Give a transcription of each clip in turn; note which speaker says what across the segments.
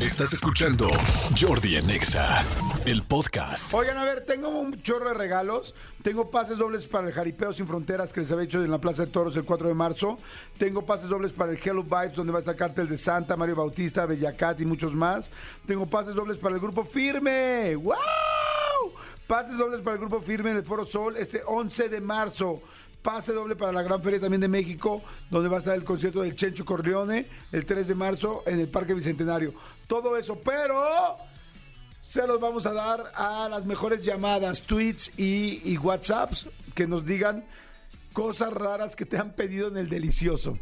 Speaker 1: Estás escuchando Jordi en Exa, el podcast.
Speaker 2: Oigan, a ver, tengo un chorro de regalos. Tengo pases dobles para el Jaripeo Sin Fronteras que les había hecho en la Plaza de Toros el 4 de marzo. Tengo pases dobles para el Hello Vibes, donde va a estar Cártel de Santa, Mario Bautista, Bellacat y muchos más. Tengo pases dobles para el Grupo Firme. ¡Wow! Pases dobles para el Grupo Firme en el Foro Sol este 11 de marzo. Pase doble para la Gran Feria también de México, donde va a estar el concierto del Chencho Corleone el 3 de marzo en el Parque Bicentenario. Todo eso, pero se los vamos a dar a las mejores llamadas, tweets y, y WhatsApps que nos digan cosas raras que te han pedido en el delicioso.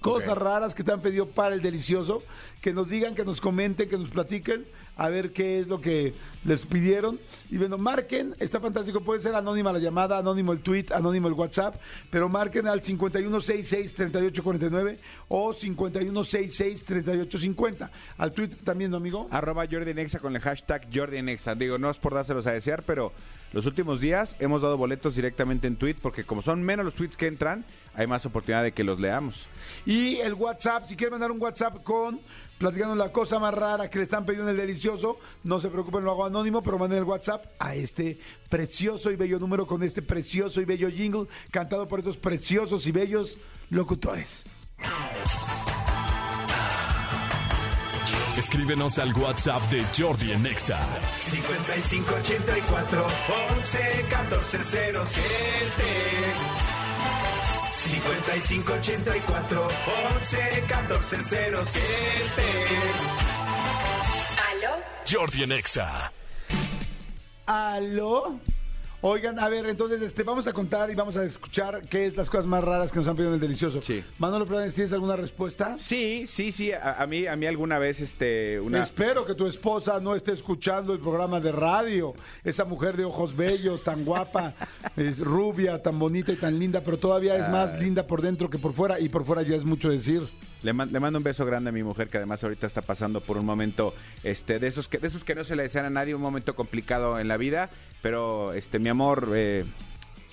Speaker 2: Cosas raras que te han pedido para el delicioso, que nos digan, que nos comenten, que nos platiquen, a ver qué es lo que les pidieron. Y bueno, marquen, está fantástico, puede ser anónima la llamada, anónimo el tweet, anónimo el WhatsApp, pero marquen al 5166-3849 o 5166-3850. Al tweet también, ¿no, amigo?
Speaker 3: Arroba Jordi en Exa con el hashtag Jordi en Exa. Digo, no es por dárselos a desear, pero los últimos días hemos dado boletos directamente en tweet porque como son menos los tweets que entran, hay más oportunidad de que los leamos.
Speaker 2: Y el WhatsApp, si quieren mandar un WhatsApp con platicando la cosa más rara que le están pidiendo en el delicioso, no se preocupen, lo hago anónimo, pero manden el WhatsApp a este precioso y bello número con este precioso y bello jingle cantado por estos preciosos y bellos locutores.
Speaker 1: Escríbenos al WhatsApp de Jordi en Exa.
Speaker 4: 5584 11 14 0 5584 11 14 0
Speaker 5: ¿Aló?
Speaker 1: Jordi en Exa.
Speaker 2: ¿Aló? Oigan, a ver, entonces este, vamos a contar y vamos a escuchar qué es las cosas más raras que nos han pedido en el delicioso.
Speaker 3: Sí.
Speaker 2: Manolo Flores, ¿tienes alguna respuesta?
Speaker 3: Sí, sí, sí. A, a mí, a mí alguna vez, este, una.
Speaker 2: Espero que tu esposa no esté escuchando el programa de radio. Esa mujer de ojos bellos, tan guapa, es rubia, tan bonita y tan linda, pero todavía es más linda por dentro que por fuera. Y por fuera ya es mucho decir.
Speaker 3: Le, man- le mando un beso grande a mi mujer que además ahorita está pasando por un momento este de esos que de esos que no se le desean a nadie un momento complicado en la vida, pero este mi amor eh,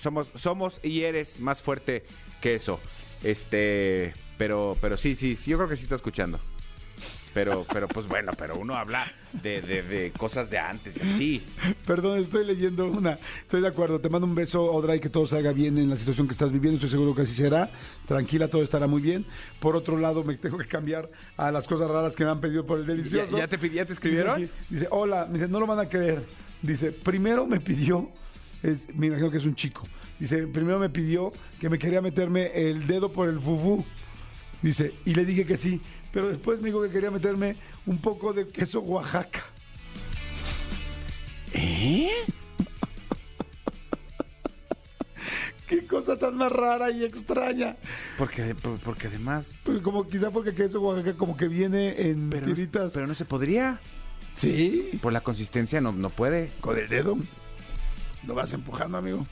Speaker 3: somos somos y eres más fuerte que eso. Este, pero pero sí, sí, sí, yo creo que sí está escuchando. Pero pero pues bueno, pero uno habla de, de- de cosas de antes y así.
Speaker 2: Perdón, estoy leyendo una. Estoy de acuerdo. Te mando un beso, Odra, y que todo salga bien en la situación que estás viviendo. Estoy seguro que así será. Tranquila, todo estará muy bien. Por otro lado, me tengo que cambiar a las cosas raras que me han pedido por el
Speaker 3: ¿Ya,
Speaker 2: delicioso.
Speaker 3: ya te pidi- ya te escribieron?
Speaker 2: Dice, aquí, dice, hola, me dice, no lo van a creer. Dice, primero me pidió, es, me imagino que es un chico. Dice, primero me pidió que me quería meterme el dedo por el fufú. Dice, y le dije que sí, pero después me dijo que quería meterme un poco de queso Oaxaca. ¿Eh? Qué cosa tan más rara y extraña.
Speaker 3: Porque por- porque además
Speaker 2: Pues como quizá porque queso Oaxaca como que viene en
Speaker 3: pero, no-
Speaker 2: tiritas.
Speaker 3: pero no se podría.
Speaker 2: Sí.
Speaker 3: Por la consistencia no, no puede.
Speaker 2: Con el dedo. Lo vas empujando, amigo.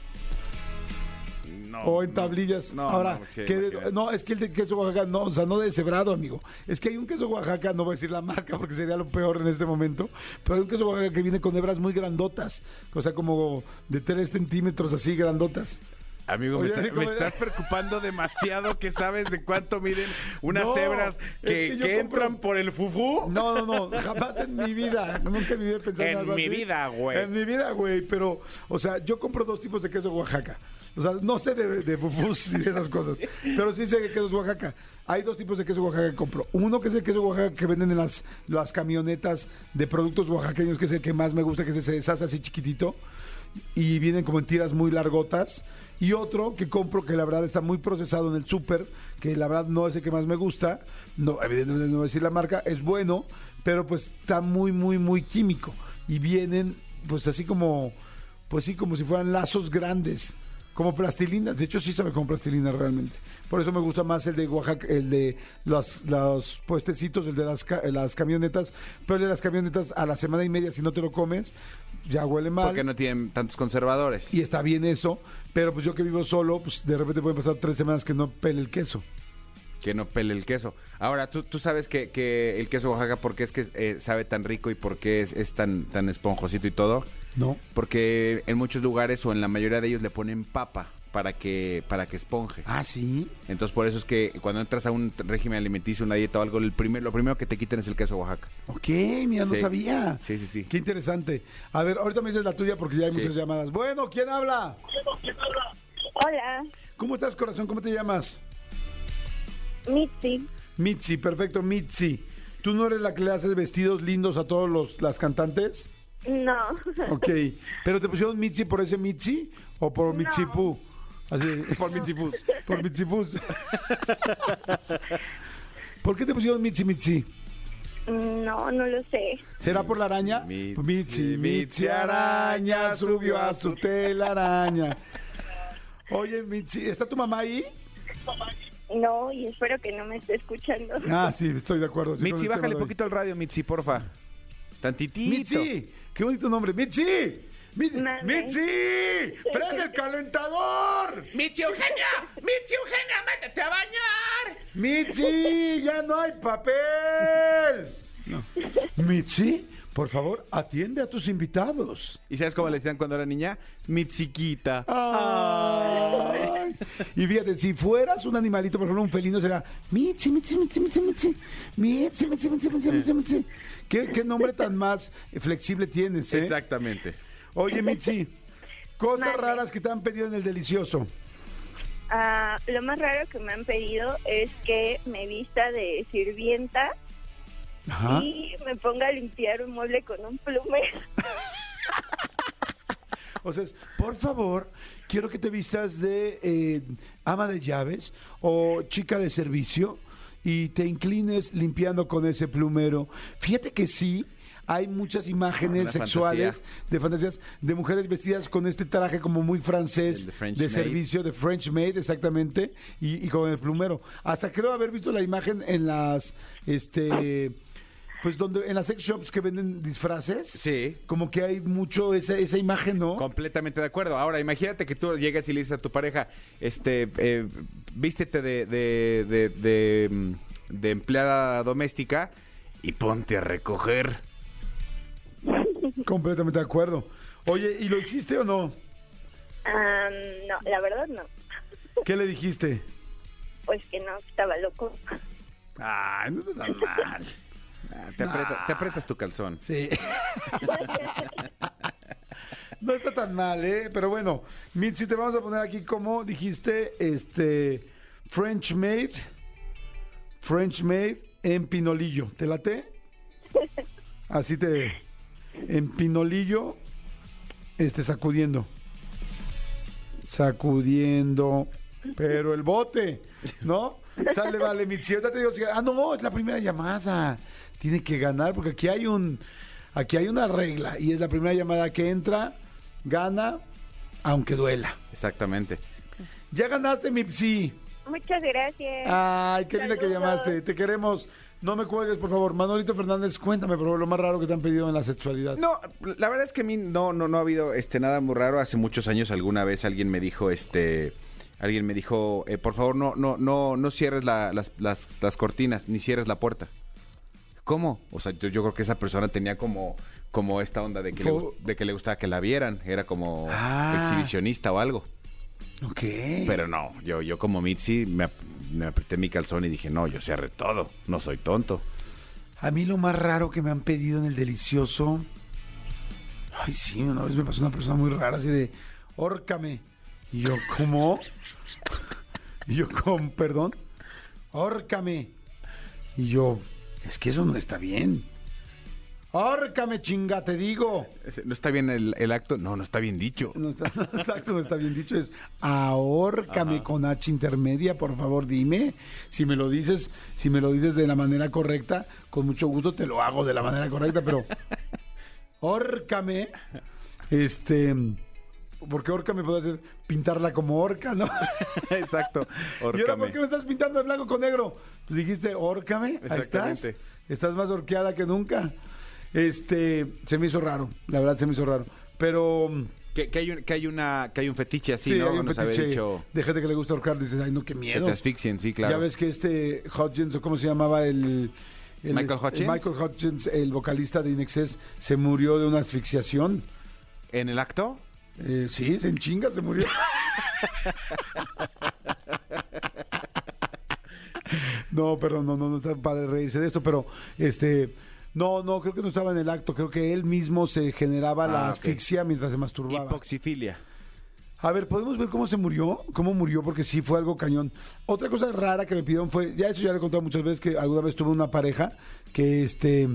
Speaker 3: No,
Speaker 2: o en
Speaker 3: no.
Speaker 2: tablillas.
Speaker 3: No,
Speaker 2: Ahora,
Speaker 3: no, sí,
Speaker 2: que-
Speaker 3: imagínate.
Speaker 2: no, es que el de queso Oaxaca, no, o sea, no de cebrado, amigo. Es que hay un queso Oaxaca, no voy a decir la marca porque sería lo peor en este momento, pero hay un queso Oaxaca que viene con hebras muy grandotas, o sea, como de 3 centímetros así grandotas.
Speaker 3: Amigo,
Speaker 2: Oye,
Speaker 3: me, estás-
Speaker 2: así como
Speaker 3: me
Speaker 2: de-
Speaker 3: estás preocupando demasiado que sabes de cuánto miden unas
Speaker 2: No,
Speaker 3: cebras que,
Speaker 2: es que yo
Speaker 3: que
Speaker 2: compro-
Speaker 3: entran por el fufú.
Speaker 2: No, no, no, jamás en mi vida, nunca en mi vida he pensado en,
Speaker 3: En
Speaker 2: algo
Speaker 3: mi
Speaker 2: así.
Speaker 3: vida, güey.
Speaker 2: En mi vida, güey, pero, o sea, yo compro dos tipos de queso Oaxaca. O sea, no sé de, de fufús y de esas cosas, pero sí sé de quesos Oaxaca. Hay dos tipos de queso Oaxaca que compro. Uno que es el queso Oaxaca que venden en las, las camionetas de productos oaxaqueños, que es el que más me gusta, que se deshace así chiquitito y vienen como en tiras muy largotas. Y otro que compro que la verdad está muy procesado en el súper, que la verdad no es el que más me gusta, no, evidentemente no voy a decir la marca, es bueno, pero pues está muy, muy, muy químico. Y vienen pues así como, pues sí, como si fueran lazos grandes. Como plastilinas, de hecho sí sabe como plastilina realmente. Por eso me gusta más el de Oaxaca, el de los, los puestecitos, el de las, ca- las camionetas. Pero el de las camionetas a la semana y media, si no te lo comes, ya huele mal.
Speaker 3: Porque no tienen tantos conservadores.
Speaker 2: Y está bien eso, pero pues yo que vivo solo, pues de repente pueden pasar tres semanas que no pele el queso.
Speaker 3: Que no pele el queso. Ahora, tú, tú sabes que, que el queso Oaxaca, ¿por qué es que eh, sabe tan rico y por qué es, es tan, tan esponjosito y todo?
Speaker 2: No.
Speaker 3: Porque en muchos lugares o en la mayoría de ellos le ponen papa. para que, para que esponje.
Speaker 2: Ah, sí.
Speaker 3: Entonces por eso es que cuando entras a un régimen alimenticio, una dieta o algo, el primer, lo primero que te quitan es el queso Oaxaca.
Speaker 2: Ok, mira, no
Speaker 3: Sí.
Speaker 2: sabía.
Speaker 3: Sí, sí, sí.
Speaker 2: Qué interesante. A ver, ahorita me dices la tuya porque ya hay
Speaker 3: Sí.
Speaker 2: muchas llamadas. Bueno, ¿quién habla?
Speaker 5: Hola,
Speaker 2: ¿Cómo estás, corazón? ¿Cómo te llamas?
Speaker 5: Mitzi.
Speaker 2: Mitzi, perfecto, Mitzi. ¿Tú no eres la que le haces vestidos lindos a todos los las cantantes?
Speaker 5: No,
Speaker 2: Ok. ¿Pero te pusieron Mitzi por ese Mitzi o por Mitzipú? Así, por Mitzipús. Por Mitzipús. ¿Por qué te pusieron Mitzi Mitzi?
Speaker 5: no, no lo sé.
Speaker 2: ¿Será por la araña?
Speaker 3: Mitzi,
Speaker 2: Mitzi, Mitzi
Speaker 3: Mitzi
Speaker 2: araña subió a su
Speaker 3: araña.
Speaker 2: telaraña. Oye, Mitzi, ¿está tu mamá ahí?
Speaker 5: No, y espero que no me esté escuchando.
Speaker 2: Ah, sí, estoy de acuerdo. sí, con el
Speaker 3: Mitzi,
Speaker 2: tema de
Speaker 3: bájale
Speaker 2: hoy.
Speaker 3: poquito al radio, Mitzi, porfa. Tantitito.
Speaker 2: Mitzi, qué bonito nombre. Mitzi, Mitzi,
Speaker 5: Mande.
Speaker 2: Mitzi, prende el calentador.
Speaker 3: ¡Mitzi Eugenia! ¡Mitzi Eugenia! ¡Métete a bañar!
Speaker 2: Mitzi, ya no hay papel. Mitzi, por favor, atiende a tus invitados.
Speaker 3: ¿Y sabes cómo le decían cuando era niña? Mitziquita.
Speaker 2: Ah, Ay. Y fíjate, si fueras un animalito, por ejemplo, un felino, será Mitzi, Mitzi, Mitzi, Mitzi, Mitzi, Mitzi, Mitzi, Mitzi, Mitzi, Mitzi, Mitzi. ¿Qué, qué nombre tan más flexible tienes, eh?
Speaker 3: Exactamente.
Speaker 2: Oye, Mitzi, cosas
Speaker 5: Mande.
Speaker 2: raras que te han pedido en el delicioso.
Speaker 5: Ah, lo más raro que me han pedido es que me vista de sirvienta
Speaker 2: Ajá.
Speaker 5: y me ponga a limpiar un mueble con un plume.
Speaker 2: O sea, es, por favor, quiero que te vistas de eh, ama de llaves o chica de servicio y te inclines limpiando con ese plumero. Fíjate que sí. Hay muchas imágenes
Speaker 3: Una
Speaker 2: sexuales
Speaker 3: fantasía.
Speaker 2: de fantasías de mujeres vestidas con este traje como muy francés
Speaker 3: El de
Speaker 2: de,
Speaker 3: French maid.
Speaker 2: servicio, de French maid, exactamente, y, y con el plumero. Hasta creo haber visto la imagen en las, este, pues donde, en las sex shops que venden disfraces.
Speaker 3: Sí.
Speaker 2: Como que hay mucho esa, esa imagen, ¿no?
Speaker 3: Completamente de acuerdo. Ahora, imagínate que tú llegas y le dices a tu pareja, este, eh, vístete de, de, de, de, mm, de empleada doméstica y ponte a recoger.
Speaker 2: Completamente de acuerdo. Oye, ¿y lo hiciste o no?
Speaker 5: Ah, no, la verdad no.
Speaker 2: ¿Qué le dijiste?
Speaker 5: Pues que no, estaba loco.
Speaker 2: Ay, no te tan mal.
Speaker 3: Ah, Te, aprieta- te aprietas tu calzón.
Speaker 2: Sí. No está tan mal, ¿eh? Pero bueno, Mitzi, te vamos a poner aquí como dijiste, este, French Maid, French Maid en Pinolillo. ¿Te late? Así te, en Pinolillo, este, sacudiendo. Sacudiendo, pero el bote, ¿no? Sale, vale, Mitzi. Ahorita te digo, si- ah, no, es la primera llamada. Tiene que ganar porque aquí hay un, aquí hay una regla y es la primera llamada que entra, gana, aunque duela.
Speaker 3: Exactamente.
Speaker 2: Ya ganaste, Mitzi.
Speaker 5: Muchas gracias.
Speaker 2: Ay, qué linda que
Speaker 5: Saludos.
Speaker 2: llamaste. Te queremos. No me cuelgues, por favor. Manolito Fernández, cuéntame, por favor, lo más raro que te han pedido en la sexualidad.
Speaker 3: No, la verdad es que a mí no, no, no ha habido este, nada muy raro. Hace muchos años alguna vez alguien me dijo, este, alguien me dijo, eh, por favor no, no, no, no cierres la- las, las- las cortinas, ni cierres la puerta. ¿Cómo? O sea, yo, yo creo que esa persona tenía como, como esta onda de que, le,
Speaker 2: Fue-
Speaker 3: gust- de que le gustaba que la vieran. Era como
Speaker 2: Ah.
Speaker 3: exhibicionista o algo.
Speaker 2: Ok.
Speaker 3: Pero no, yo, yo como Mitzi me, ap- me apreté mi calzón y dije, no, yo cierre todo, no soy tonto.
Speaker 2: A mí lo más raro que me han pedido en el delicioso. Ay, sí, una vez me pasó una persona muy rara así de, órcame. Y yo, ¿cómo? Y yo, ¿cómo? Perdón. Órcame. Y yo, es que eso no está bien. Órcame, chinga, te digo.
Speaker 3: ¿No está bien el, el acto? No, no está bien dicho.
Speaker 2: No está, exacto, no está bien dicho. Es ahórcame
Speaker 3: Ajá.
Speaker 2: con H intermedia, por favor, dime. Si me lo dices, si me lo dices de la manera correcta, con mucho gusto te lo hago de la manera correcta, pero ahórcame, este, porque orca me puedo hacer pintarla como orca, ¿no?
Speaker 3: Exacto.
Speaker 2: ¿Y ahora
Speaker 3: ahórcame.
Speaker 2: por qué me estás pintando de blanco con negro? Pues dijiste, órcame, ahí estás.
Speaker 3: Exactamente.
Speaker 2: Estás más orqueada que nunca. Este, se me hizo raro, la verdad se me hizo raro. Pero
Speaker 3: Que, que hay un, que hay una que hay un fetiche así,
Speaker 2: Sí,
Speaker 3: ¿no?
Speaker 2: hay un
Speaker 3: Nos había
Speaker 2: fetiche
Speaker 3: dicho
Speaker 2: de gente que le gusta ahorcar. Dices, ay, no, qué
Speaker 3: que
Speaker 2: miedo.
Speaker 3: te asfixien, sí, claro.
Speaker 2: Ya ves que este Hodgins, o cómo se llamaba el... el-
Speaker 3: Michael Hutchins.
Speaker 2: el Michael Hutchins, el vocalista de Inexes, se murió de una asfixiación.
Speaker 3: ¿En el acto?
Speaker 2: Eh, sí, se enchinga, se murió. No, perdón, no, no, no está padre reírse de esto, pero este. No, no, creo que no estaba en el acto. Creo que él mismo se generaba la
Speaker 3: Ah, ok.
Speaker 2: asfixia mientras se masturbaba.
Speaker 3: Hipoxifilia.
Speaker 2: A ver, ¿podemos ver cómo se murió? ¿Cómo murió? Porque sí fue algo cañón. Otra cosa rara que me pidieron fue, ya eso ya lo he contado muchas veces, que alguna vez tuve una pareja que este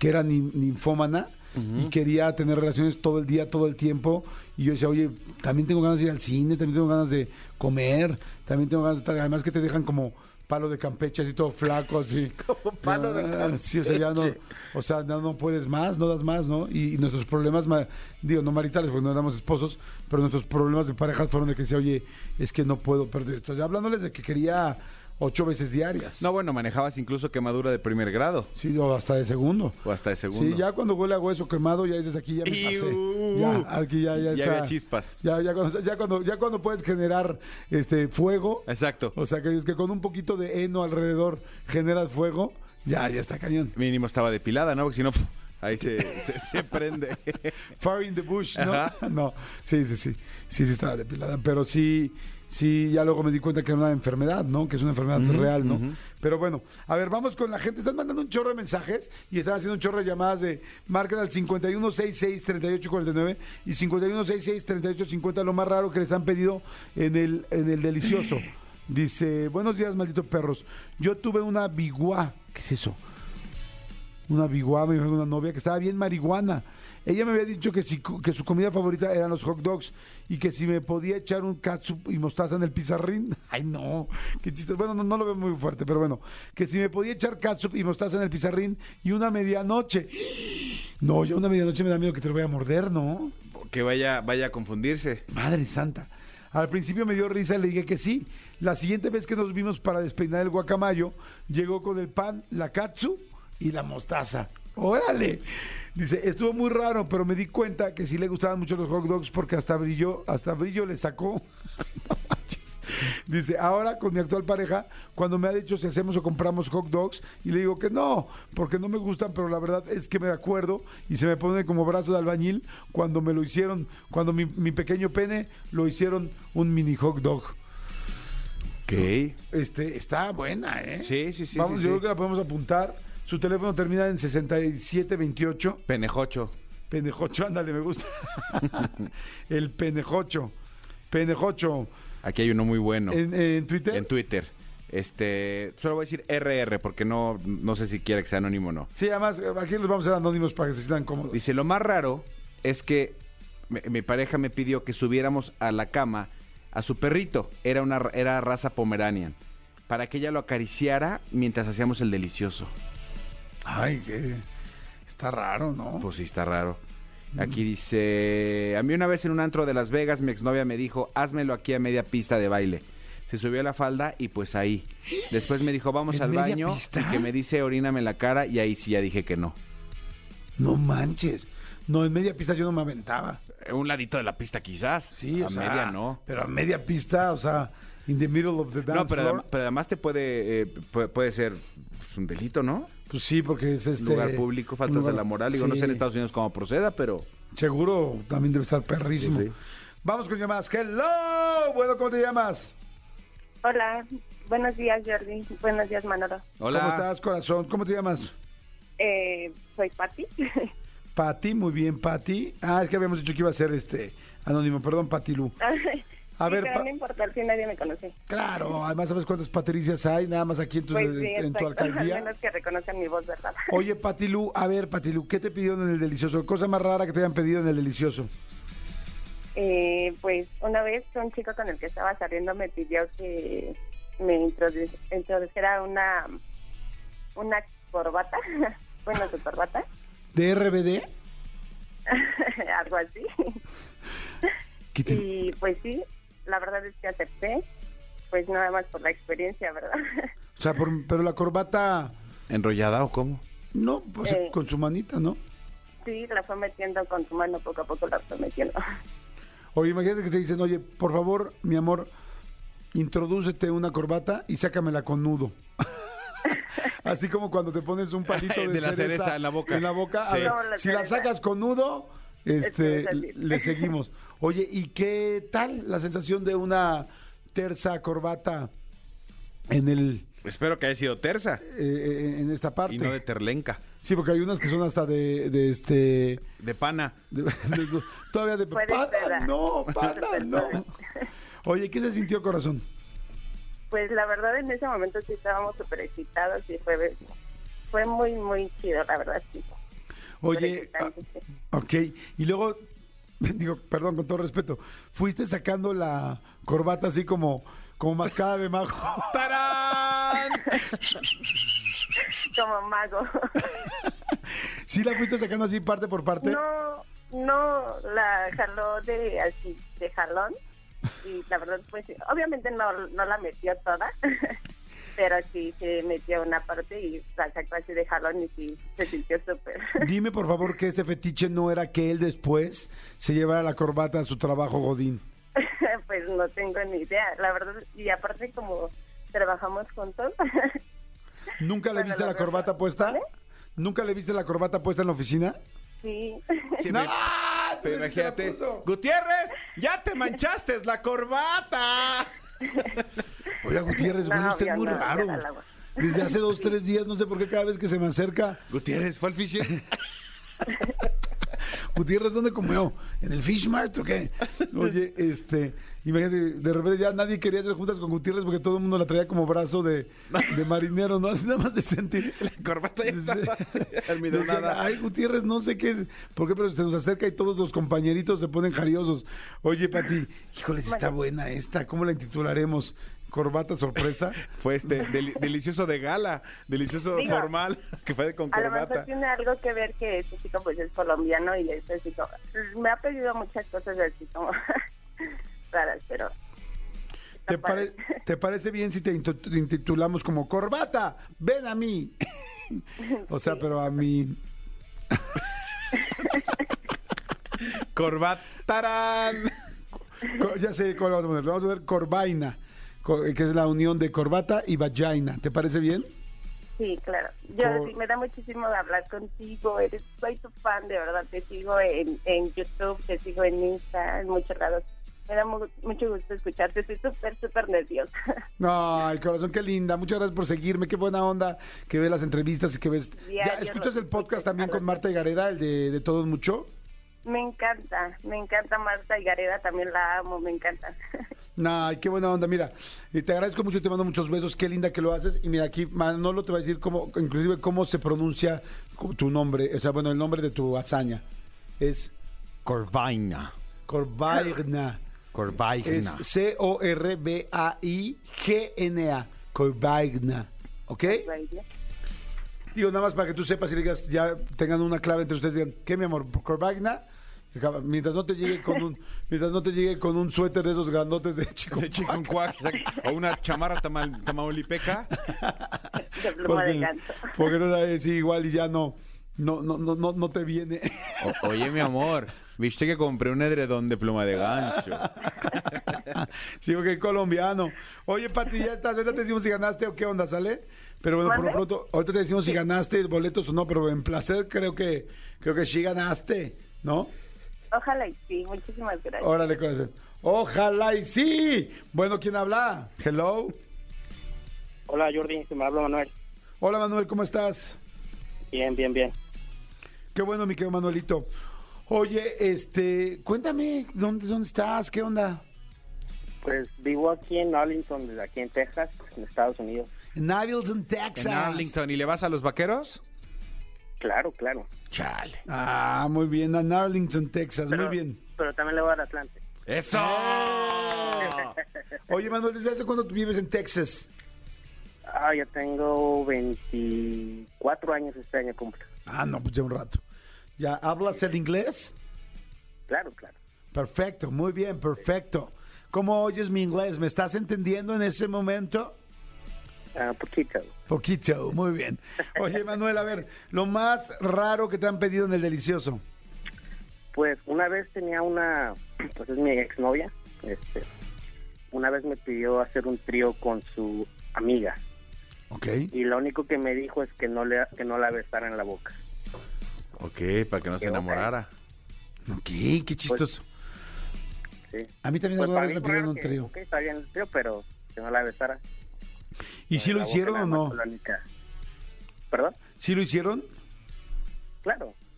Speaker 2: que era nin- ninfómana y quería tener relaciones todo el día, todo el tiempo. Y yo decía, oye, también tengo ganas de ir al cine, también tengo ganas de comer, también tengo ganas de estar. Además que te dejan como palo de campeche, así todo flaco, así.
Speaker 3: Como palo de
Speaker 2: Ah, Sí, o sea, ya no,
Speaker 3: Campeche.
Speaker 2: o sea, no, no puedes más, no das más, ¿no? Y, y nuestros problemas, ma- digo, no maritales, porque no éramos esposos, pero nuestros problemas de parejas fueron de que decía, oye, es que no puedo perder. Entonces, hablándoles de que quería ocho veces diarias.
Speaker 3: No, bueno, manejabas incluso quemadura de primer grado
Speaker 2: Sí, o hasta de segundo.
Speaker 3: o hasta de segundo.
Speaker 2: Sí, ya cuando huele a hueso quemado, ya dices aquí ya me pasé.
Speaker 3: Iu.
Speaker 2: Ya, aquí ya, ya
Speaker 3: Ya
Speaker 2: está.
Speaker 3: había chispas.
Speaker 2: Ya, ya, cuando, ya, cuando, ya cuando puedes generar este fuego.
Speaker 3: Exacto.
Speaker 2: O sea, que es que con un poquito de heno alrededor generas fuego, ya, ya está cañón.
Speaker 3: Mínimo estaba depilada, ¿no? Porque si no, pf, ahí se, se- se prende.
Speaker 2: Far in the bush, ¿no?
Speaker 3: Ajá.
Speaker 2: No, sí, sí, sí. Sí, sí estaba depilada. Pero sí, sí, ya luego me di cuenta que era una enfermedad, ¿no? Que es una enfermedad real, ¿no? Pero bueno, a ver, vamos con la gente. Están mandando un chorro de mensajes y están haciendo un chorro de llamadas de marquen al 5166-3849 y 5166-3850, lo más raro que les han pedido en el, en el delicioso. Dice, buenos días, malditos perros. Yo tuve una biguá. ¿Qué es eso? una biguá, me dijo una novia que estaba bien marihuana. Ella me había dicho que, si, cu- que su comida favorita eran los hot dogs y que si me podía echar un catsup y mostaza en el pizarrín. Ay, no, qué chiste. Bueno, no, no lo veo muy fuerte, pero bueno. Que si me podía echar catsup y mostaza en el pizarrín y una medianoche. No, ya una medianoche me da miedo que te lo vaya a morder, ¿no?
Speaker 3: que vaya, vaya a confundirse.
Speaker 2: Madre santa. Al principio me dio risa y le dije que sí. La siguiente vez que nos vimos para despeinar el guacamayo, llegó con el pan, la katsu y la mostaza. ¡Órale! Dice, estuvo muy raro, pero me di cuenta que sí le gustaban mucho los hot dogs porque hasta brillo, hasta brillo le sacó. No manches. Dice, ahora con mi actual pareja, cuando me ha dicho si hacemos o compramos hot dogs, y le digo que no, porque no me gustan, pero la verdad es que me acuerdo y se me pone como brazo de albañil cuando me lo hicieron, cuando mi, mi pequeño pene lo hicieron un mini hot dog.
Speaker 3: Ok.
Speaker 2: Este, está buena, ¿eh?
Speaker 3: Sí, sí, sí,
Speaker 2: Vamos,
Speaker 3: sí,
Speaker 2: yo
Speaker 3: sí.
Speaker 2: creo que la podemos apuntar. Su teléfono termina en 6728.
Speaker 3: Penejocho.
Speaker 2: Penejocho, ándale, me gusta. El penejocho. Penejocho.
Speaker 3: Aquí hay uno muy bueno.
Speaker 2: En, en Twitter.
Speaker 3: En Twitter. Este, solo voy a decir RR porque no, no sé si quiere que sea anónimo o no.
Speaker 2: Sí, además, eh, aquí los vamos a hacer anónimos para que se sientan cómodos.
Speaker 3: Dice, lo más raro es que mi, mi pareja me pidió que subiéramos a la cama a su perrito. Era una ra- era raza pomeranian. Para que ella lo acariciara mientras hacíamos el delicioso.
Speaker 2: Ay, que está raro, ¿no?
Speaker 3: Pues sí, está raro.
Speaker 2: Mm.
Speaker 3: Aquí dice, a mí una vez en un antro de Las Vegas mi exnovia me dijo, házmelo aquí a media pista de baile. Se subió a la falda y pues ahí. Después me dijo, vamos
Speaker 2: ¿En
Speaker 3: al
Speaker 2: media
Speaker 3: baño
Speaker 2: pista?
Speaker 3: y que me dice, oríname en la cara y ahí sí ya dije que no.
Speaker 2: no manches. No, en media pista yo no me aventaba.
Speaker 3: Eh, Un ladito de la pista quizás.
Speaker 2: Sí,
Speaker 3: a
Speaker 2: o sea,
Speaker 3: media no.
Speaker 2: Pero a media pista, o sea, in the middle of the dance
Speaker 3: No, pero,
Speaker 2: floor.
Speaker 3: adem- pero además te puede, eh, puede, puede ser pues, un delito, ¿no?
Speaker 2: Pues sí, porque es este...
Speaker 3: lugar público, faltas
Speaker 2: un lugar-
Speaker 3: a la moral. Digo, no sé en
Speaker 2: Sí.
Speaker 3: Estados Unidos cómo proceda, pero...
Speaker 2: Seguro también debe estar perrísimo.
Speaker 3: Sí, sí.
Speaker 2: Vamos con llamadas. ¡Hello! Bueno, ¿cómo te llamas?
Speaker 5: Hola, buenos días Jordi, buenos días Manolo.
Speaker 3: Hola.
Speaker 2: ¿Cómo estás, corazón? ¿Cómo te llamas?
Speaker 5: Eh, soy Patti.
Speaker 2: Pati, muy bien, Pati. Ah, es que habíamos dicho que iba a ser este anónimo, perdón, Pati Lu. A
Speaker 5: Sí,
Speaker 2: ver,
Speaker 5: pero
Speaker 2: pa-
Speaker 5: no importa, si nadie me conoce.
Speaker 2: Claro, además sabes cuántas patricias hay, nada más aquí en tu,
Speaker 5: Pues sí,
Speaker 2: en tu
Speaker 5: exacto, Al
Speaker 2: alcaldía.
Speaker 5: menos que reconozcan mi voz, ¿verdad?
Speaker 2: Oye, Patilú, a ver, Patilú, ¿qué te pidieron en el delicioso? Cosa más rara que te hayan pedido en el delicioso.
Speaker 5: Eh, pues una vez un chico con el que estaba saliendo me pidió que me introdu- introdujera una, una corbata, bueno, su corbata,
Speaker 2: ¿De RBD?
Speaker 5: algo así.
Speaker 2: ¿Qué te-
Speaker 5: Y pues sí, la verdad es que acepté, pues nada más por la experiencia, ¿verdad?
Speaker 2: O sea, por- pero la corbata,
Speaker 3: ¿Enrollada o cómo?
Speaker 2: no, pues
Speaker 5: Eh.
Speaker 2: con su manita, ¿no?
Speaker 5: Sí, la fue metiendo con su mano, poco a poco la fue metiendo.
Speaker 2: Oye, imagínate que te dicen, oye, por favor, mi amor, introdúcete una corbata y sácamela con nudo. Así como cuando te pones un palito de,
Speaker 3: De la cereza en la boca.
Speaker 2: En la boca, a
Speaker 3: Sí.
Speaker 2: ver,
Speaker 5: No, la
Speaker 2: si la
Speaker 5: cereza.
Speaker 2: sacas con nudo, Este,
Speaker 5: Espero salir.
Speaker 2: le seguimos. Oye, ¿y qué tal la sensación de una terza corbata en el
Speaker 3: Espero que haya sido terza
Speaker 2: eh, eh, en esta parte?
Speaker 3: y no de terlenca,
Speaker 2: Sí, porque hay unas que son hasta de, de este
Speaker 3: de pana.
Speaker 2: de- de- todavía de
Speaker 5: Puede
Speaker 2: pata,
Speaker 5: ser, ah.
Speaker 2: no, pata, no. Oye, ¿qué se sintió corazón?
Speaker 5: Pues la verdad en ese momento sí estábamos súper excitados y fue, fue muy, muy chido, la verdad, sí.
Speaker 2: Oye, ah,
Speaker 5: excitante, sí.
Speaker 2: ok, y luego, digo, perdón, con todo respeto, fuiste sacando la corbata así como, como mascada de mago.
Speaker 3: ¡Tarán!
Speaker 5: Como mago.
Speaker 2: ¿Sí la fuiste sacando así parte por parte?
Speaker 5: No, no, la jaló de así, de jalón. Y la verdad, pues obviamente no, no la metió toda, pero sí se metió una parte y la sacó así de jalón y sí se sintió súper.
Speaker 2: Dime por favor que este fetiche no era que él después se llevara la corbata a su trabajo Godín.
Speaker 5: pues no tengo ni idea, la verdad. Y aparte, como trabajamos juntos,
Speaker 2: ¿Nunca le
Speaker 5: Bueno,
Speaker 2: viste
Speaker 5: la
Speaker 2: la
Speaker 5: verdad,
Speaker 2: corbata puesta?
Speaker 5: ¿vale?
Speaker 2: ¿Nunca le viste la corbata puesta en la oficina?
Speaker 5: sí.
Speaker 3: Sí,
Speaker 2: ¡No!
Speaker 3: me- pero
Speaker 2: Entonces se la
Speaker 3: imagínate.
Speaker 2: puso.
Speaker 3: ¡Gutiérrez! ¡Ya te manchaste la corbata!
Speaker 2: Oiga, Gutiérrez,
Speaker 5: No,
Speaker 2: bueno, usted es
Speaker 5: obvio,
Speaker 2: muy
Speaker 5: no,
Speaker 2: raro.
Speaker 5: ya la hago.
Speaker 2: Desde hace dos, tres días, no sé por qué cada vez que se me acerca,
Speaker 3: Gutiérrez, fue al fisher.
Speaker 2: Gutiérrez, ¿dónde comió? ¿En el Fish Mart o qué? Oye, este, imagínate, de repente ya nadie quería hacer juntas con Gutiérrez porque todo el mundo la traía como brazo de, de marinero, ¿no? Así nada más de sentir.
Speaker 3: La corbata ya estaba
Speaker 2: Decían,
Speaker 3: almidonada.
Speaker 2: Ay, Gutiérrez, no sé qué, por qué, pero se nos acerca y todos los compañeritos se ponen jariosos. Oye, Pati, híjoles, está buena esta, ¿cómo la intitularemos? ¿Corbata sorpresa?
Speaker 3: Fue este deli- delicioso de gala, delicioso
Speaker 5: Digo,
Speaker 3: formal, que fue de con
Speaker 5: A lo mejor
Speaker 3: corbata.
Speaker 5: tiene algo que ver que este chico pues es colombiano y este chico me ha pedido muchas cosas así como raras, pero
Speaker 2: ¿Te,
Speaker 5: está
Speaker 2: pare-
Speaker 5: padre.
Speaker 2: te parece bien si te intu- te intitulamos como Corbata? Ven a mí. o sea, pero a mí.
Speaker 3: Corbata. ¡Tarán!
Speaker 2: Co- Ya sé cuál vamos a poner. Le Vamos a poner Corvaina, co- que es la unión de corbata y vagina. ¿Te parece bien?
Speaker 5: Sí, claro. Yo
Speaker 2: Cor-
Speaker 5: sí, me da muchísimo de hablar contigo. Eres, soy tu fan, de verdad. Te sigo en, en YouTube, te sigo en Insta, en muchos lados. Me da mu- mucho gusto escucharte. Estoy súper, súper nerviosa.
Speaker 2: Ay, corazón, qué linda. Muchas gracias por seguirme. Qué buena onda que ves las entrevistas y que ves.
Speaker 5: Diario
Speaker 2: ¿Ya escuchas
Speaker 5: los
Speaker 2: el podcast
Speaker 5: escucho
Speaker 2: también
Speaker 5: a
Speaker 2: con
Speaker 5: las-
Speaker 2: Marta y Gareda, el de, de Todos Mucho?
Speaker 5: Me encanta, me encanta Marta y Gareda. También la amo, me encanta.
Speaker 2: Ay, qué buena onda. Mira, eh, te agradezco mucho, te mando muchos besos. Qué linda que lo haces. Y mira, aquí Manolo te va a decir cómo, inclusive cómo se pronuncia cu- tu nombre, o sea, bueno, el nombre de tu hazaña. Es
Speaker 3: Corvaina.
Speaker 2: Corvaigna. Es
Speaker 3: Corvaina.
Speaker 2: C-O-R-B-A-I-G-N-A. Corvaigna. ¿Ok? Digo, nada más para que tú sepas y digas, ya tengan una clave entre ustedes, digan, ¿qué, mi amor? ¿Corvaigna? Y acaba- Mientras no te llegue con un, mientras no te llegue con un suéter de esos grandotes de chico.
Speaker 3: De chikungunya, O una chamarra tama- tamaulipeca.
Speaker 5: De pluma de
Speaker 2: Porque,
Speaker 5: ganso.
Speaker 2: porque no sabes si igual y ya no, no, no, no, no, no te viene.
Speaker 3: O- oye, mi amor, viste que compré un edredón de pluma de gancho.
Speaker 2: sí, porque es colombiano. Oye, Pati, ya estás, ahorita te decimos si ganaste o qué onda, ¿sale? Pero bueno, por lo
Speaker 5: ¿Mande?
Speaker 2: pronto, ahorita te decimos si ganaste boletos o no, pero en placer creo que, creo que sí ganaste, ¿no?
Speaker 5: Ojalá y sí. Muchísimas gracias.
Speaker 2: Órale, corazón. Ojalá y sí. Bueno, ¿quién habla? Hello.
Speaker 6: Hola Jordi, se me habla Manuel.
Speaker 2: Hola, Manuel, ¿cómo estás?
Speaker 6: Bien, bien, bien.
Speaker 2: Qué bueno, mi querido Manuelito. Oye, este, cuéntame, ¿dónde, dónde estás? ¿Qué onda?
Speaker 6: Pues vivo aquí en Arlington, desde aquí en Texas, en Estados Unidos.
Speaker 2: En Arlington,
Speaker 3: En
Speaker 2: Texas.
Speaker 3: Arlington. ¿Y le vas a los vaqueros?
Speaker 6: Claro, claro.
Speaker 3: Chale.
Speaker 2: Ah, muy bien, en Arlington, Texas, Pues muy bien.
Speaker 6: Pero también le voy al Atlante.
Speaker 3: ¡Eso! ¡Ah!
Speaker 2: Oye, Manuel, ¿desde hace cuándo tú vives en Texas?
Speaker 6: Ah, ya tengo 24 años este año cumple.
Speaker 2: Ah, no, pues ya un rato. ¿Ya hablas el inglés?
Speaker 6: Claro, claro.
Speaker 2: Perfecto, muy bien, perfecto. ¿Cómo oyes mi inglés? ¿Me estás entendiendo en ese momento?
Speaker 6: Ah, poquito.
Speaker 2: Poquito, muy bien. Oye, Manuel, a ver, lo más raro que te han pedido en el delicioso.
Speaker 6: Pues una vez tenía una, pues es mi exnovia, este, una vez me pidió hacer un trío con su amiga
Speaker 2: Ok.
Speaker 6: y lo único que me dijo es que no le que no la besara en la boca.
Speaker 3: Ok, para que no se
Speaker 6: Ok.
Speaker 3: enamorara.
Speaker 2: Ok, qué chistoso.
Speaker 6: Sí.
Speaker 2: A mí también
Speaker 6: Pues
Speaker 2: alguna
Speaker 6: para
Speaker 2: vez
Speaker 6: mí
Speaker 2: me
Speaker 6: fue raro
Speaker 2: pidieron un
Speaker 6: que,
Speaker 2: trío.
Speaker 6: ok, está bien el trío, pero que no la besara.
Speaker 2: ¿Y si lo
Speaker 6: La boca
Speaker 2: hicieron
Speaker 6: nada
Speaker 2: o
Speaker 6: más
Speaker 2: no?
Speaker 6: fue la única. ¿Perdón?
Speaker 2: ¿Sí lo hicieron?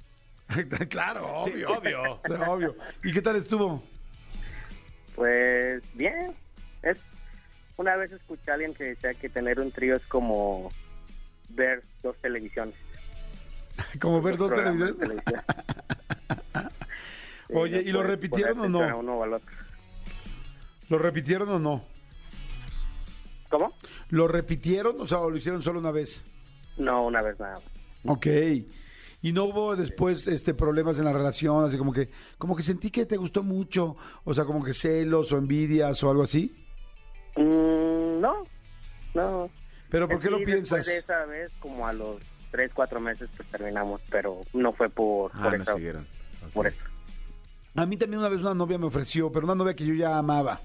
Speaker 6: Claro.
Speaker 2: claro,
Speaker 7: Sí,
Speaker 2: obvio.
Speaker 7: obvio.
Speaker 2: O sea, obvio. ¿Y qué tal estuvo?
Speaker 6: Pues bien. Es una vez escuché a alguien que decía que tener un trío es como ver dos televisiones.
Speaker 2: Como ver dos
Speaker 6: programas de
Speaker 2: televisiones.
Speaker 6: televisión. Sí,
Speaker 2: Oye,
Speaker 6: no
Speaker 2: ¿y lo
Speaker 6: puedes
Speaker 2: repitieron
Speaker 6: poner
Speaker 2: o no?
Speaker 6: atención a uno o al otro.
Speaker 2: ¿Lo repitieron o no?
Speaker 6: ¿Cómo?
Speaker 2: ¿Lo repitieron o sea, o lo hicieron solo una vez?
Speaker 6: No, una vez nada. más.
Speaker 2: Ok. Y no hubo después este problemas en la relación, así como que como que sentí que te gustó mucho, o sea, como que celos o envidias o algo así.
Speaker 6: Mm, no, no.
Speaker 2: Pero ¿por qué
Speaker 6: Sí,
Speaker 2: lo
Speaker 6: después
Speaker 2: piensas?
Speaker 6: de esa vez, como a los tres, cuatro meses, pues terminamos, pero no fue por,
Speaker 3: Ah,
Speaker 6: por
Speaker 3: no
Speaker 6: eso.
Speaker 3: siguieron.
Speaker 6: Por eso.
Speaker 2: A mí también una vez una novia me ofreció, pero una novia que yo ya amaba.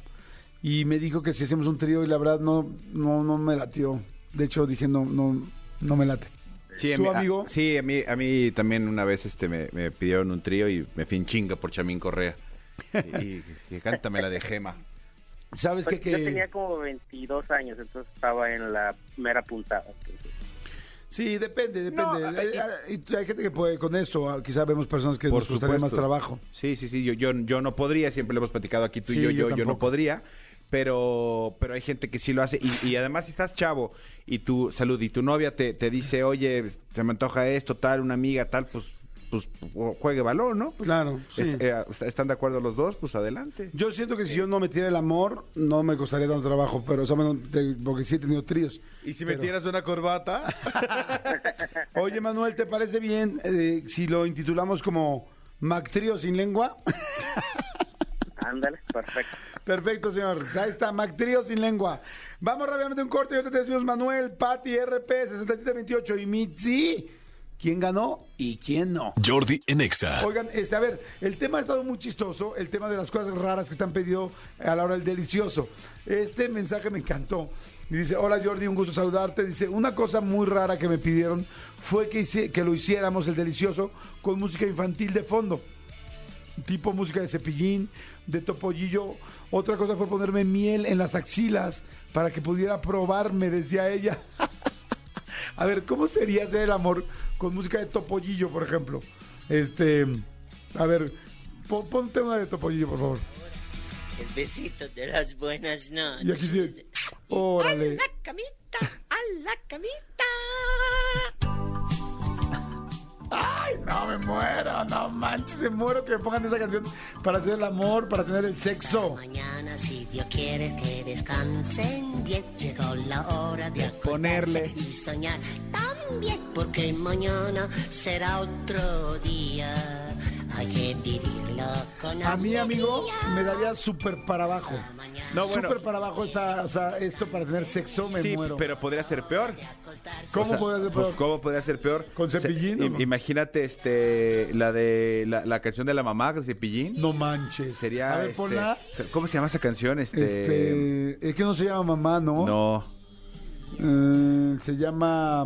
Speaker 2: Y me dijo que si hacemos un trío y la verdad no no no me latió. De hecho dije no no no me late.
Speaker 3: Sí, a
Speaker 2: ¿Tu
Speaker 3: mí, a-
Speaker 2: amigo?
Speaker 3: sí, a mí, a mí también una vez este me, me pidieron un trío y me fui en chinga por Chamín Correa. Y, y que cántame la de Gema.
Speaker 2: ¿Sabes qué?
Speaker 6: Pues,
Speaker 2: que
Speaker 6: Yo tenía como 22 años, entonces estaba en la mera puntada. entonces,
Speaker 2: Sí, depende, depende.
Speaker 3: No,
Speaker 2: hay, hay- hay gente que puede con eso, ah, quizá vemos personas que nos gustaría más
Speaker 3: supuesto.
Speaker 2: trabajo.
Speaker 3: Sí, sí, sí, yo, yo, yo no podría, siempre lo hemos platicado aquí tú
Speaker 2: Sí,
Speaker 3: y yo,
Speaker 2: yo
Speaker 3: yo, yo no
Speaker 2: tampoco.
Speaker 3: podría, pero, pero hay gente que sí lo hace y, y además si estás chavo y tu salud y tu novia te, te dice, oye, se me antoja esto, tal, una amiga, tal, pues, pues juegue balón, ¿no? Pues,
Speaker 2: Claro, sí.
Speaker 3: est- eh, est- ¿Están de acuerdo los dos? Pues adelante.
Speaker 2: Este, Yo siento que si yo no metiera el amor, no me costaría tanto trabajo, pero o sea, bueno, te- porque sí he tenido tríos.
Speaker 7: ¿Y si
Speaker 2: Pero-
Speaker 7: metieras una corbata?
Speaker 2: Oye, Manuel, ¿te parece bien eh, si lo intitulamos como Mac Trío sin lengua?
Speaker 6: Ándale, perfecto.
Speaker 2: Perfecto, señor. Ahí está, Mac Trío sin lengua. Vamos rápidamente a un corte y ahorita te decimos Manuel, Pati, RP, 6728 y Mitzi. ¿Quién ganó y quién no?
Speaker 1: Jordi en Exa.
Speaker 2: Oigan, este, a ver, el tema ha estado muy chistoso, el tema de las cosas raras que te han pedido a la hora del delicioso. Este mensaje me encantó. Y dice, hola Jordi, un gusto saludarte. Dice, una cosa muy rara que me pidieron fue que, hice- que lo hiciéramos el delicioso con música infantil de fondo. Tipo música de cepillín, de topollillo. Otra cosa fue ponerme miel en las axilas para que pudiera probarme, decía ella. A ver, ¿cómo sería hacer el amor con música de Topollillo, por ejemplo? Este, a ver, po- ponte una de Topollillo, por favor.
Speaker 8: El besito de las buenas noches.
Speaker 2: Y aquí sí. Órale.
Speaker 8: A la camita, a la camita.
Speaker 2: No me muero, no manches, me muero que me pongan esa canción para hacer el amor, para tener el sexo.
Speaker 8: Mañana, si Dios quiere que descansen bien, llegó la hora de acostarse
Speaker 2: ponerle.
Speaker 8: y soñar también, porque mañana será otro día. Hay que vivirlo con
Speaker 2: A mí, amigo,
Speaker 8: alegría.
Speaker 2: me daría súper para abajo.
Speaker 3: No, bueno.
Speaker 2: Súper para abajo está, o sea, esto para tener sexo, me
Speaker 3: sí,
Speaker 2: muero.
Speaker 3: pero podría ser peor.
Speaker 8: Acostarse
Speaker 2: ¿Cómo podría ser
Speaker 3: pues,
Speaker 2: peor?
Speaker 3: ¿Cómo podría ser peor?
Speaker 2: ¿Con Cepillín
Speaker 3: Se-
Speaker 2: o
Speaker 3: im-
Speaker 2: no?
Speaker 3: Imagínate este, la de la, la canción de la mamá de Cepillín.
Speaker 2: No manches.
Speaker 3: Sería.
Speaker 2: A ver,
Speaker 3: este,
Speaker 2: ponla.
Speaker 3: ¿Cómo se llama esa canción? Este.
Speaker 2: Este, es que no se llama mamá, ¿no?
Speaker 3: No.
Speaker 2: Eh, se llama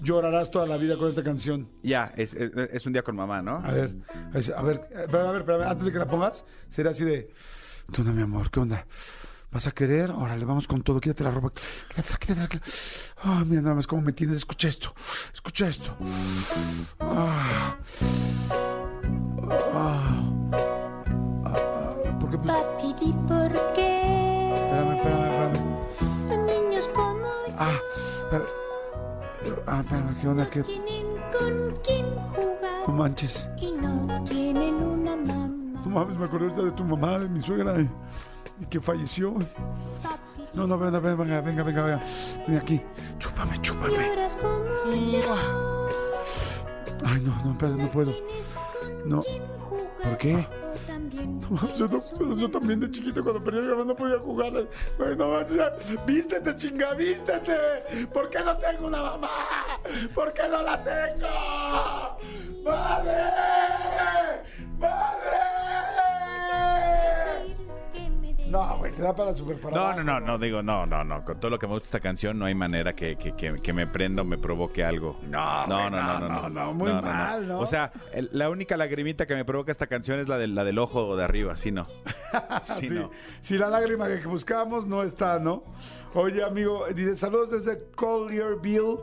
Speaker 2: Llorarás toda la vida con esta canción.
Speaker 3: Ya, es, es- es un día con mamá, ¿no?
Speaker 2: A ver, es- a ver, eh, pero, a ver, pero, a ver, antes de que la pongas, será así de, ¿qué onda, mi amor? ¿Qué onda? ¿Vas a querer? Órale, vamos con todo, quítate la ropa, quítatela, quítatela, quítatela. Ah, mira nada más cómo me tienes, escucha esto, escucha esto. Ah. Ah. Ah, ah, ¿Por qué? puse-
Speaker 9: Papiri, ¿por qué
Speaker 2: Espérame, espérame, espérame.
Speaker 9: niños como
Speaker 2: Ah, a ver. Ah, espérame, ¿qué onda? ¿Qué?
Speaker 9: tienen con quién jugar
Speaker 2: No manches.
Speaker 9: y no tienen una
Speaker 2: No
Speaker 9: mamá?
Speaker 2: mames, me acordé ahorita de tu mamá, de mi suegra, eh, y que falleció.
Speaker 9: Papiri,
Speaker 2: No, no, venga, venga, venga, venga, venga, venga. Ven aquí. Chúpame, chúpame.
Speaker 9: lloras como yo.
Speaker 2: Ay, no, no, espérate, no puedo.
Speaker 9: Tienes con
Speaker 2: No.
Speaker 9: quién jugar
Speaker 2: ¿Por qué?
Speaker 9: o también
Speaker 2: No mames, yo, no puedo. Yo también de chiquito cuando perdí a mi mamá no podía jugar. Ay, no mames, ya. vístete, chinga, vístete. ¿Por qué no tengo una mamá? ¿Por qué no la tengo? ¡Madre! ¡Madre!
Speaker 9: que me den
Speaker 2: No, güey, güey, te da para super para
Speaker 3: No,
Speaker 2: abajo,
Speaker 3: no, no, no,
Speaker 2: güey.
Speaker 3: digo, no, no, no. Con todo lo que me gusta esta canción, no hay manera que, que, que, que me prenda o me provoque algo.
Speaker 2: No, güey,
Speaker 3: no, no, no,
Speaker 2: no, no,
Speaker 3: no.
Speaker 2: no, muy mal, ¿no?
Speaker 3: O sea, el- la única lagrimita que me provoca esta canción es la, del la del ojo de arriba, sí, no.
Speaker 2: Sí,
Speaker 3: Sí, no.
Speaker 2: sí, la lágrima que buscamos no está, ¿no? Oye, amigo, dice saludos desde Collierville.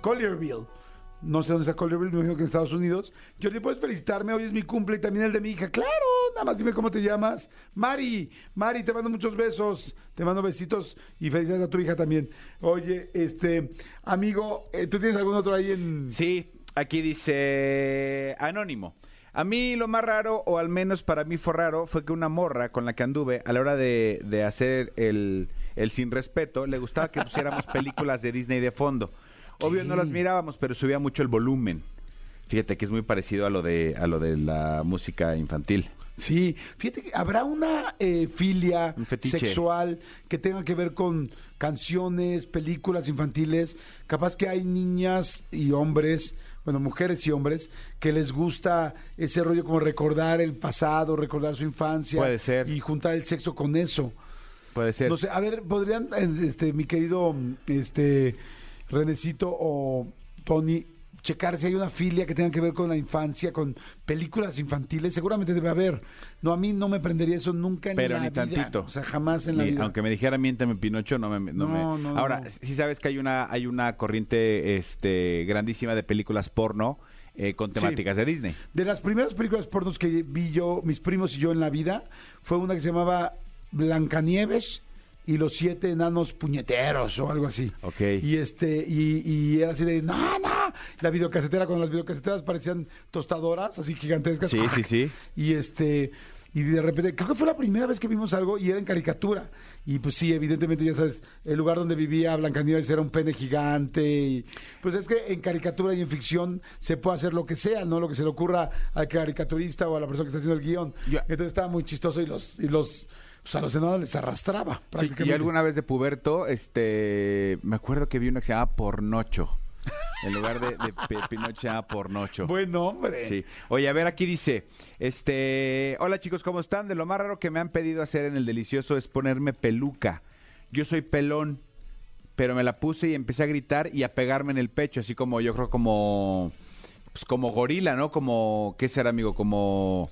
Speaker 2: Collierville. No sé dónde está Collierville, me imagino que en Estados Unidos. Yo le puedes felicitarme, hoy es mi cumple y también el de mi hija. Claro, nada más dime cómo te llamas. Mari, Mari, te mando muchos besos. Te mando besitos y felicidades a tu hija también. Oye, este, amigo, eh, ¿tú tienes algún otro ahí en...
Speaker 3: Sí, aquí dice Anónimo. A mí lo más raro, o al menos para mí fue raro, fue que una morra con la que anduve a la hora de, de hacer el, el sin respeto, le gustaba que pusiéramos películas de Disney de fondo. Obvio no las mirábamos, pero subía mucho el volumen. Fíjate que es muy parecido a lo de, a lo de la música infantil.
Speaker 2: Sí, fíjate que habrá una eh, filia
Speaker 3: Un fetiche.
Speaker 2: sexual que tenga que ver con canciones, películas infantiles. Capaz que hay niñas y hombres, bueno, mujeres y hombres, que les gusta ese rollo como recordar el pasado, recordar su infancia.
Speaker 3: Puede ser.
Speaker 2: Y juntar el sexo con eso.
Speaker 3: Puede ser.
Speaker 2: No sé, a ver, podrían, eh, este, mi querido este, Renecito o Tony, checar si hay una filia que tenga que ver con la infancia, con películas infantiles. Seguramente debe haber. No, a mí no me prendería eso nunca en
Speaker 3: Pero
Speaker 2: la
Speaker 3: ni
Speaker 2: vida.
Speaker 3: tantito.
Speaker 2: O sea, jamás en la
Speaker 3: Ni-
Speaker 2: vida.
Speaker 3: Aunque me dijera miéntame Pinocho, no me. no
Speaker 2: No,
Speaker 3: me-
Speaker 2: no,
Speaker 3: Ahora,
Speaker 2: no.
Speaker 3: sí sabes que hay una, hay una corriente este, grandísima de películas porno eh, con
Speaker 2: Sí.
Speaker 3: temáticas de Disney.
Speaker 2: De las primeras películas pornos que vi yo, mis primos y yo en la vida, fue una que se llamaba Blancanieves y los siete enanos puñeteros o algo así.
Speaker 3: Ok.
Speaker 2: Y este, y, y era así de no, no. La videocasetera, cuando las videocaseteras parecían tostadoras, así gigantescas.
Speaker 3: Sí, sí, sí.
Speaker 2: Y este. Y de repente, creo que fue la primera vez que vimos algo y era en caricatura. Y pues sí, evidentemente, ya sabes, el lugar donde vivía Blancanieves era un pene gigante. Y, pues es que en caricatura y en ficción se puede hacer lo que sea, ¿no? Lo que se le ocurra al caricaturista o a la persona que está haciendo el guión.
Speaker 3: Yo-
Speaker 2: Entonces estaba muy chistoso y los, y los, pues a los enanos les arrastraba
Speaker 3: Sí,
Speaker 2: prácticamente.
Speaker 3: yo alguna vez de puberto, este, me acuerdo que vi una que se llamaba Pornocho. En lugar de, de Pe- Pinocho, se llamaba Pornocho.
Speaker 2: Buen hombre.
Speaker 3: Sí. Oye, a ver, aquí dice, este, hola chicos, ¿cómo están? De lo más raro que me han pedido hacer en el delicioso es ponerme peluca. Yo soy pelón, pero me la puse y empecé a gritar y a pegarme en el pecho, así como yo creo como, pues como gorila, ¿no? Como, ¿qué será, amigo? Como,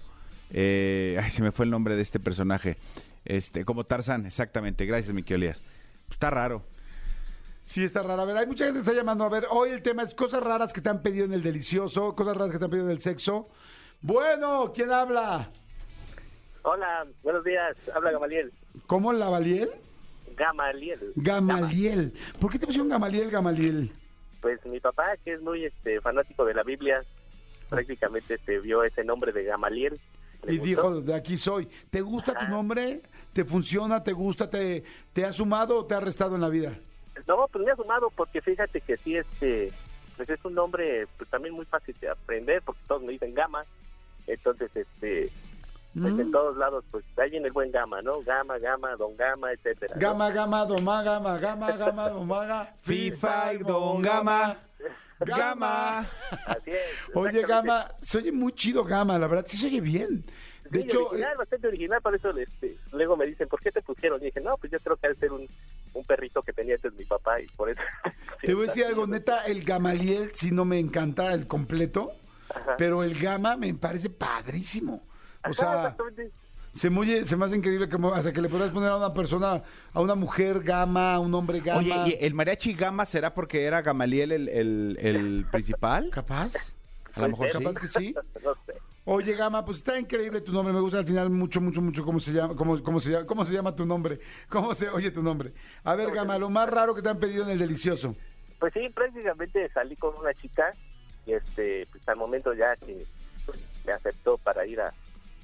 Speaker 3: eh, ay, se me fue el nombre de este personaje, este, como Tarzán, exactamente. Gracias, mi Olías. Está raro.
Speaker 2: Sí, está raro. A ver, hay mucha gente que está llamando. A ver, hoy el tema es cosas raras que te han pedido en el delicioso, cosas raras que te han pedido en el sexo. Bueno, ¿quién habla?
Speaker 6: Hola, buenos días. Habla Gamaliel.
Speaker 2: ¿Cómo la Valiel?
Speaker 6: Gamaliel.
Speaker 2: Gamaliel. ¿Por qué te pusieron Gamaliel, Gamaliel?
Speaker 6: Pues mi papá, que es muy este fanático de la Biblia, prácticamente este, vio ese nombre de Gamaliel. le
Speaker 2: Y
Speaker 6: gustó.
Speaker 2: dijo, de aquí soy. ¿Te gusta tu nombre? ¿Te funciona? ¿Te gusta? ¿Te, te ha sumado o te ha restado en la vida?
Speaker 6: No, pues me ha sumado porque fíjate que sí, este, pues es un nombre pues, también muy fácil de aprender porque todos me dicen Gama. Entonces, este, pues,
Speaker 2: Mm.
Speaker 6: en todos lados, pues ahí en el buen Gama, ¿no? Gama, Gama, Don Gama, etcétera. ¿no?
Speaker 2: Gama, gama, doma, gama, gama, gama, domaga.
Speaker 3: Fifa, don Gama, Gama.
Speaker 6: Así es.
Speaker 2: Oye,
Speaker 6: exactamente.
Speaker 2: Gama, se oye muy chido Gama, la verdad, sí se oye bien. De
Speaker 6: Sí,
Speaker 2: hecho, eh,
Speaker 6: original, bastante original, por eso este, luego me dicen, ¿por qué te pusieron? Y dije, no, pues yo creo que ha de ser un, un perrito que tenía antes mi papá y por eso.
Speaker 2: Te voy a decir algo, neta, el Gamaliel sí no me encanta el completo, pero el Gama me parece padrísimo. O
Speaker 6: Ajá,
Speaker 2: sea,
Speaker 6: exactamente.
Speaker 2: se me, oye- se me hace increíble que, mo- hasta que le podrás poner a una persona, a una mujer Gama, a un hombre Gama.
Speaker 3: Oye, ¿y el mariachi Gama será porque era Gamaliel el, el- el principal?
Speaker 2: ¿Capaz?
Speaker 3: A lo mejor sí.
Speaker 2: capaz que sí.
Speaker 6: No sé.
Speaker 2: Oye, Gama, pues está increíble tu nombre. Me gusta al final mucho, mucho, mucho cómo se llama, cómo, cómo se llama, cómo se llama tu nombre. Cómo se oye tu nombre. A ver, Gama, lo más raro que te han pedido en el delicioso.
Speaker 6: Pues sí, prácticamente salí con una chica y este, pues al momento ya que pues, me aceptó para ir a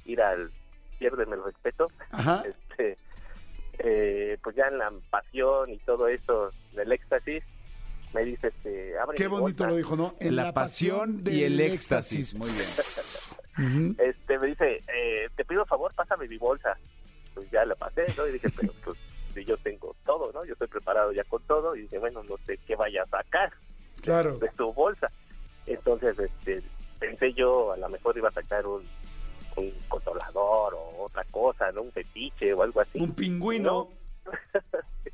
Speaker 6: ir al piérdeme el respeto,
Speaker 2: Ajá.
Speaker 6: este, eh, pues ya en la pasión y todo eso del éxtasis, me dice, este, abre
Speaker 2: Qué
Speaker 6: mi
Speaker 2: bonito
Speaker 6: bolsa.
Speaker 2: lo dijo, ¿no? En
Speaker 3: la, pasión y el éxtasis. Muy bien.
Speaker 2: Ujú.
Speaker 6: Este, me dice, eh, te pido favor, pásame mi bolsa. Pues ya la pasé, ¿no? Y dije, pero pues si yo tengo todo, ¿no? Yo estoy preparado ya con todo y dice, bueno, no sé qué vaya a sacar.
Speaker 2: Claro.
Speaker 6: de su bolsa. Entonces, este, pensé yo, a lo mejor iba a sacar un, un controlador o otra cosa, ¿no? Un fetiche o algo así.
Speaker 2: Un pingüino.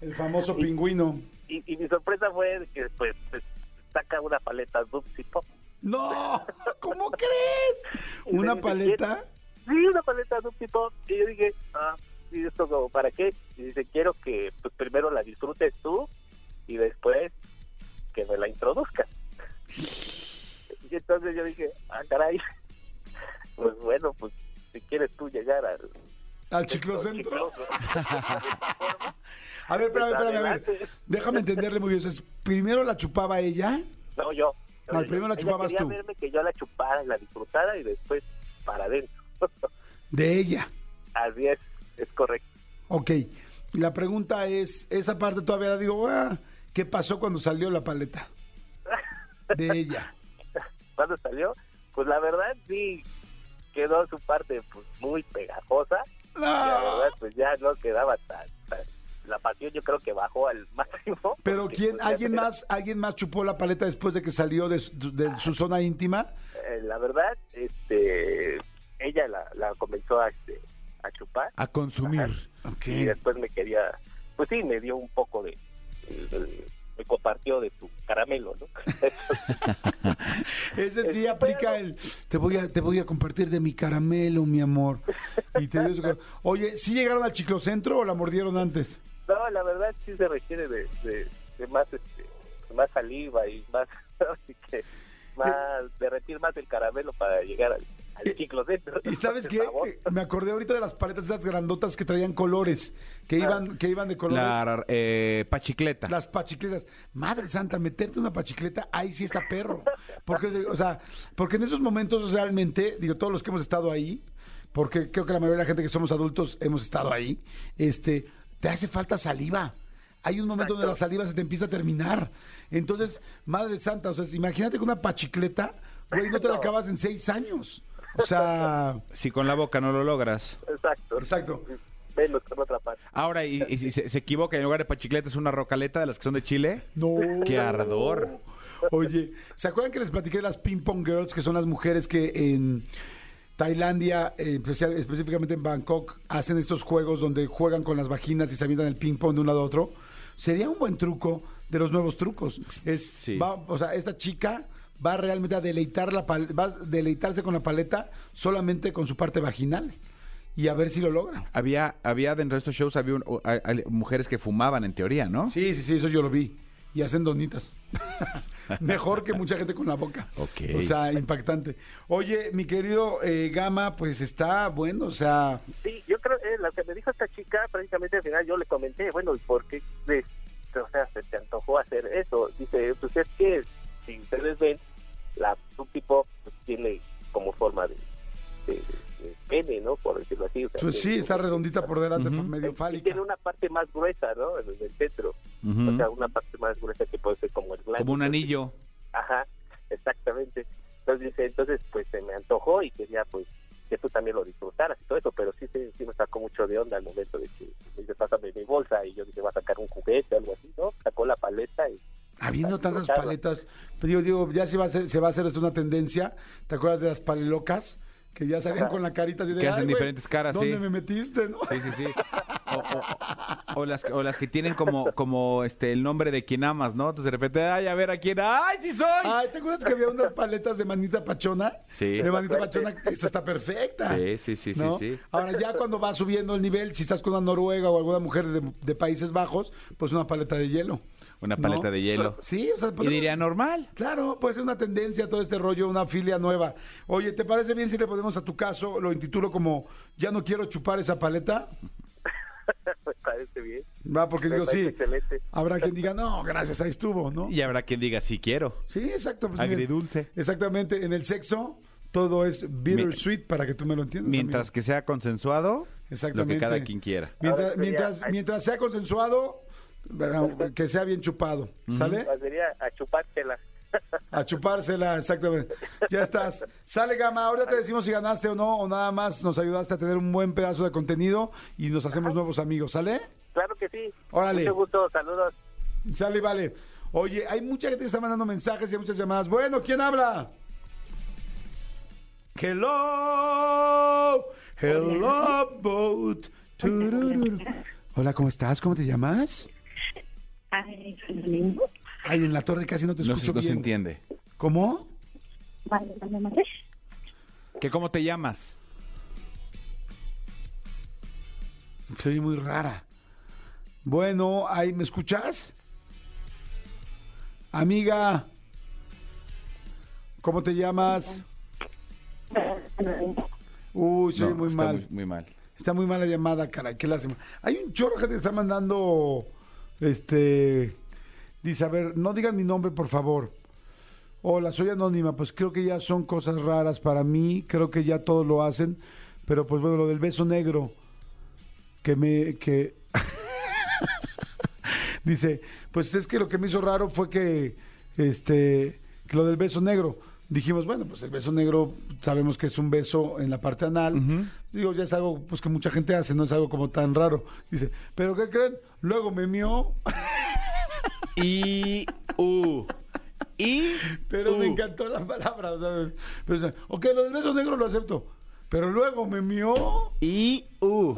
Speaker 2: El famoso pingüino.
Speaker 6: Y, y mi sorpresa fue de que pues, pues, saca una paleta Dupsy Pop.
Speaker 2: No, ¿cómo crees? Una paleta.
Speaker 6: Sí, una paleta Dupsy Pop. Y yo dije, ah, ¿y esto como para qué? Y dice, quiero que pues, primero la disfrutes tú y después que me la introduzcas. Y entonces yo dije, ah, caray. Pues bueno, pues si quieres tú llegar al...
Speaker 2: Al chiclocentro.
Speaker 6: chicloso.
Speaker 2: A ver, espérame, espérame, a ver. Déjame entenderle muy bien. Entonces, primero la chupaba ella.
Speaker 6: No, yo.
Speaker 2: No,
Speaker 6: Yo-
Speaker 2: primero la
Speaker 6: ella
Speaker 2: chupabas
Speaker 6: quería
Speaker 2: tú.
Speaker 6: verme que yo la chupara y la disfrutara y después para adentro.
Speaker 2: De ella.
Speaker 6: Así es, es correcto.
Speaker 2: Ok. La pregunta es, esa parte todavía la digo, ah, ¿qué pasó cuando salió la paleta? De ella.
Speaker 6: Cuando salió, pues la verdad sí quedó su parte pues muy pegajosa. Y la
Speaker 2: No.
Speaker 6: verdad pues ya no quedaba tan, tan- La pasión yo creo que bajó al máximo.
Speaker 2: Pero
Speaker 6: porque,
Speaker 2: quién,
Speaker 6: pues, ya
Speaker 2: alguien
Speaker 6: era-
Speaker 2: más, alguien más chupó la paleta después de que salió de, su- de su zona íntima.
Speaker 6: eh, la verdad, este, ella la, la comenzó a, este, a chupar.
Speaker 7: A consumir.
Speaker 2: Ok.
Speaker 6: y después me quería, pues sí, me dio un poco de, de- me compartió de su caramelo, ¿no?
Speaker 2: Ese sí aplica el, te voy a, te voy a compartir de mi caramelo, mi amor. Y te dio su car- Oye, ¿sí llegaron al chiclocentro o la mordieron antes?
Speaker 6: No, la verdad sí se requiere de, de, de más, este, de más saliva y más, así que más derretir más el caramelo para llegar al, al chiclocentro.
Speaker 2: Eh, Y sabes qué,
Speaker 6: Por favor.
Speaker 2: Eh, me acordé ahorita de las paletas esas grandotas que traían colores,
Speaker 6: Ah.
Speaker 2: que iban, que iban de colores.
Speaker 7: La eh, pachicleta.
Speaker 2: Las pachicletas. Madre santa, meterte una pachicleta, ahí sí está perro. Porque, o sea, porque en esos momentos realmente, digo, todos los que hemos estado ahí, porque creo que la mayoría de la gente que somos adultos hemos estado ahí, este, te hace falta saliva. Hay un momento donde la saliva se te empieza a terminar. Entonces, madre santa, o sea, imagínate con una pachicleta, güey, no te la
Speaker 6: No.
Speaker 2: acabas en seis años. O sea,
Speaker 7: Si con la boca no lo logras.
Speaker 6: Exacto.
Speaker 2: exacto.
Speaker 6: Menos con otra parte.
Speaker 7: Ahora, y, y si se, se equivoca, en lugar de pachicleta es una rocaleta de las que son de Chile.
Speaker 2: No.
Speaker 7: ¡Qué ardor!
Speaker 2: Oye, ¿se acuerdan que les platiqué de las ping pong girls, que son las mujeres que en Tailandia, eh, especial- específicamente en Bangkok, hacen estos juegos donde juegan con las vaginas y se avientan el ping pong de un lado a otro? Sería un buen truco de los nuevos trucos. Es,
Speaker 7: Sí.
Speaker 2: va- o sea, esta chica va realmente a deleitar la pal- va a deleitarse con la paleta solamente con su parte vaginal y a ver si lo logra.
Speaker 7: Había, había dentro de estos shows había un- o- hay- hay mujeres que fumaban en teoría, ¿no?
Speaker 2: Sí, sí, sí, eso yo lo vi. Y hacen donitas. Mejor que mucha gente con la boca.
Speaker 7: Ok.
Speaker 2: O sea, impactante. Oye, mi querido eh, Gama, pues está bueno, o sea,
Speaker 6: Sí, yo creo, eh, lo que me dijo esta chica, prácticamente al final yo le comenté, bueno, ¿y por qué le- o sea, se te antojó hacer eso? Dice, pues es que, si ustedes ven, la tipo pues, tiene como forma de, de- de pene, ¿no? Por decirlo así. o sea,
Speaker 2: pues sí,
Speaker 6: tiene-
Speaker 2: está redondita por delante,
Speaker 7: Ujú.
Speaker 2: medio
Speaker 6: Este, y
Speaker 2: fálica.
Speaker 6: tiene una parte más gruesa, ¿no? En el centro.
Speaker 7: Ujú.
Speaker 6: O sea, una parte más gruesa que puede ser como el glande.
Speaker 7: Mm. Como un anillo.
Speaker 6: Ajá, exactamente. Entonces dice, entonces pues se me antojó y quería pues que tú también lo disfrutaras y todo eso, pero sí, sí, sí me sacó mucho de onda al momento de que me dice, pásame mi bolsa y yo dije, va a sacar un juguete o algo así, ¿no? Sacó la paleta y...
Speaker 2: Habiendo
Speaker 6: para
Speaker 2: tantas
Speaker 6: disfrutarla.
Speaker 2: paletas, pues, digo, digo, ya se va, a hacer, se va a hacer esto una tendencia. ¿Te acuerdas de las palelocas? Que ya salían con la carita así de.
Speaker 7: Que hacen
Speaker 2: "Ay, güey,
Speaker 7: diferentes caras,
Speaker 2: ¿Dónde
Speaker 7: sí.
Speaker 2: me metiste, no?
Speaker 7: Sí, sí, sí. O, o- o las, que- o las que tienen como, como este el nombre de quien amas, ¿no? Entonces de repente, ay, a ver a quién. ¡Ay, sí soy!
Speaker 2: Ay, ¿te acuerdas que había unas paletas de manita pachona?
Speaker 7: Sí.
Speaker 2: De manita pachona, esa está perfecta.
Speaker 7: Sí, sí, sí, sí,
Speaker 2: ¿no?
Speaker 7: sí.
Speaker 2: Ahora, ya cuando va subiendo el nivel, si estás con una noruega o alguna mujer de, de Países Bajos, pues una paleta de hielo.
Speaker 7: Una paleta
Speaker 2: ¿no?
Speaker 7: de hielo.
Speaker 2: Sí, o sea,
Speaker 7: Y
Speaker 2: podemos-
Speaker 7: diría normal.
Speaker 2: Claro, puede ser una tendencia todo este rollo, una filia nueva. Oye, ¿te parece bien si le ponemos a tu caso, lo intitulo como Ya no quiero chupar esa paleta?
Speaker 6: Me parece bien.
Speaker 2: Va, porque
Speaker 6: Me
Speaker 2: digo,
Speaker 6: parece
Speaker 2: sí.
Speaker 6: excelente.
Speaker 2: Habrá quien diga, no, gracias, ahí estuvo, ¿no?
Speaker 7: Y habrá quien diga, sí quiero.
Speaker 2: Sí, exacto. pues, mira,
Speaker 7: Agridulce.
Speaker 2: exactamente, en el sexo todo es bittersweet, para que tú me lo entiendas.
Speaker 7: Mientras
Speaker 2: amigo.
Speaker 7: que sea consensuado, lo
Speaker 2: Exactamente.
Speaker 7: que cada quien quiera.
Speaker 2: Mientras,
Speaker 6: Ahora sería-
Speaker 2: mientras, mientras sea consensuado, que sea bien chupado,
Speaker 7: ¿Eh?
Speaker 2: ¿sale?
Speaker 6: Sería a chupártela.
Speaker 2: A chupársela, exactamente. Ya estás. Sale Gama, ahora te decimos si ganaste o no, o nada más nos ayudaste a tener un buen pedazo de contenido y nos hacemos nuevos amigos, ¿sale?
Speaker 6: Claro que sí.
Speaker 2: Órale.
Speaker 6: Mucho gusto, saludos.
Speaker 2: Sale, vale. Oye, hay mucha gente que está mandando mensajes y hay muchas llamadas. Bueno, ¿quién habla?
Speaker 7: Hello,
Speaker 2: hello, hello boat. Turururu. Hola, ¿cómo estás? ¿Cómo te llamas?
Speaker 10: Ay, Domingo.
Speaker 2: Ay, en la torre casi no te
Speaker 3: No,
Speaker 2: escucho
Speaker 3: se- no se
Speaker 2: bien.
Speaker 3: entiende.
Speaker 2: ¿Cómo?
Speaker 10: Vale, vale, madre.
Speaker 3: ¿Que ¿Cómo te llamas?
Speaker 2: Se oye muy rara. Bueno, ahí, ¿me escuchas? Amiga, ¿cómo te llamas? Uy, se
Speaker 3: No,
Speaker 2: oye muy
Speaker 3: está
Speaker 2: mal.
Speaker 3: Muy, muy mal.
Speaker 2: Está muy mala llamada, caray, qué lástima. Hay un chorro de gente que está mandando, este, dice, a ver, no digan mi nombre, por favor. Hola, soy anónima, pues creo que ya son cosas raras para mí, creo que ya todos lo hacen, pero pues bueno, lo del beso negro, que me, que... dice, pues es que lo que me hizo raro fue que, este, que lo del beso negro. Dijimos, bueno, pues el beso negro sabemos que es un beso en la parte anal. Digo, ya es algo pues que mucha gente hace, no es algo como tan raro. Dice, ¿pero qué creen? Luego me mió,
Speaker 3: Y. U. Y.
Speaker 2: pero me
Speaker 3: u.
Speaker 2: encantó la palabra. O sea, pero, ok, lo del beso negro lo acepto, pero luego me mió.
Speaker 3: Y. U.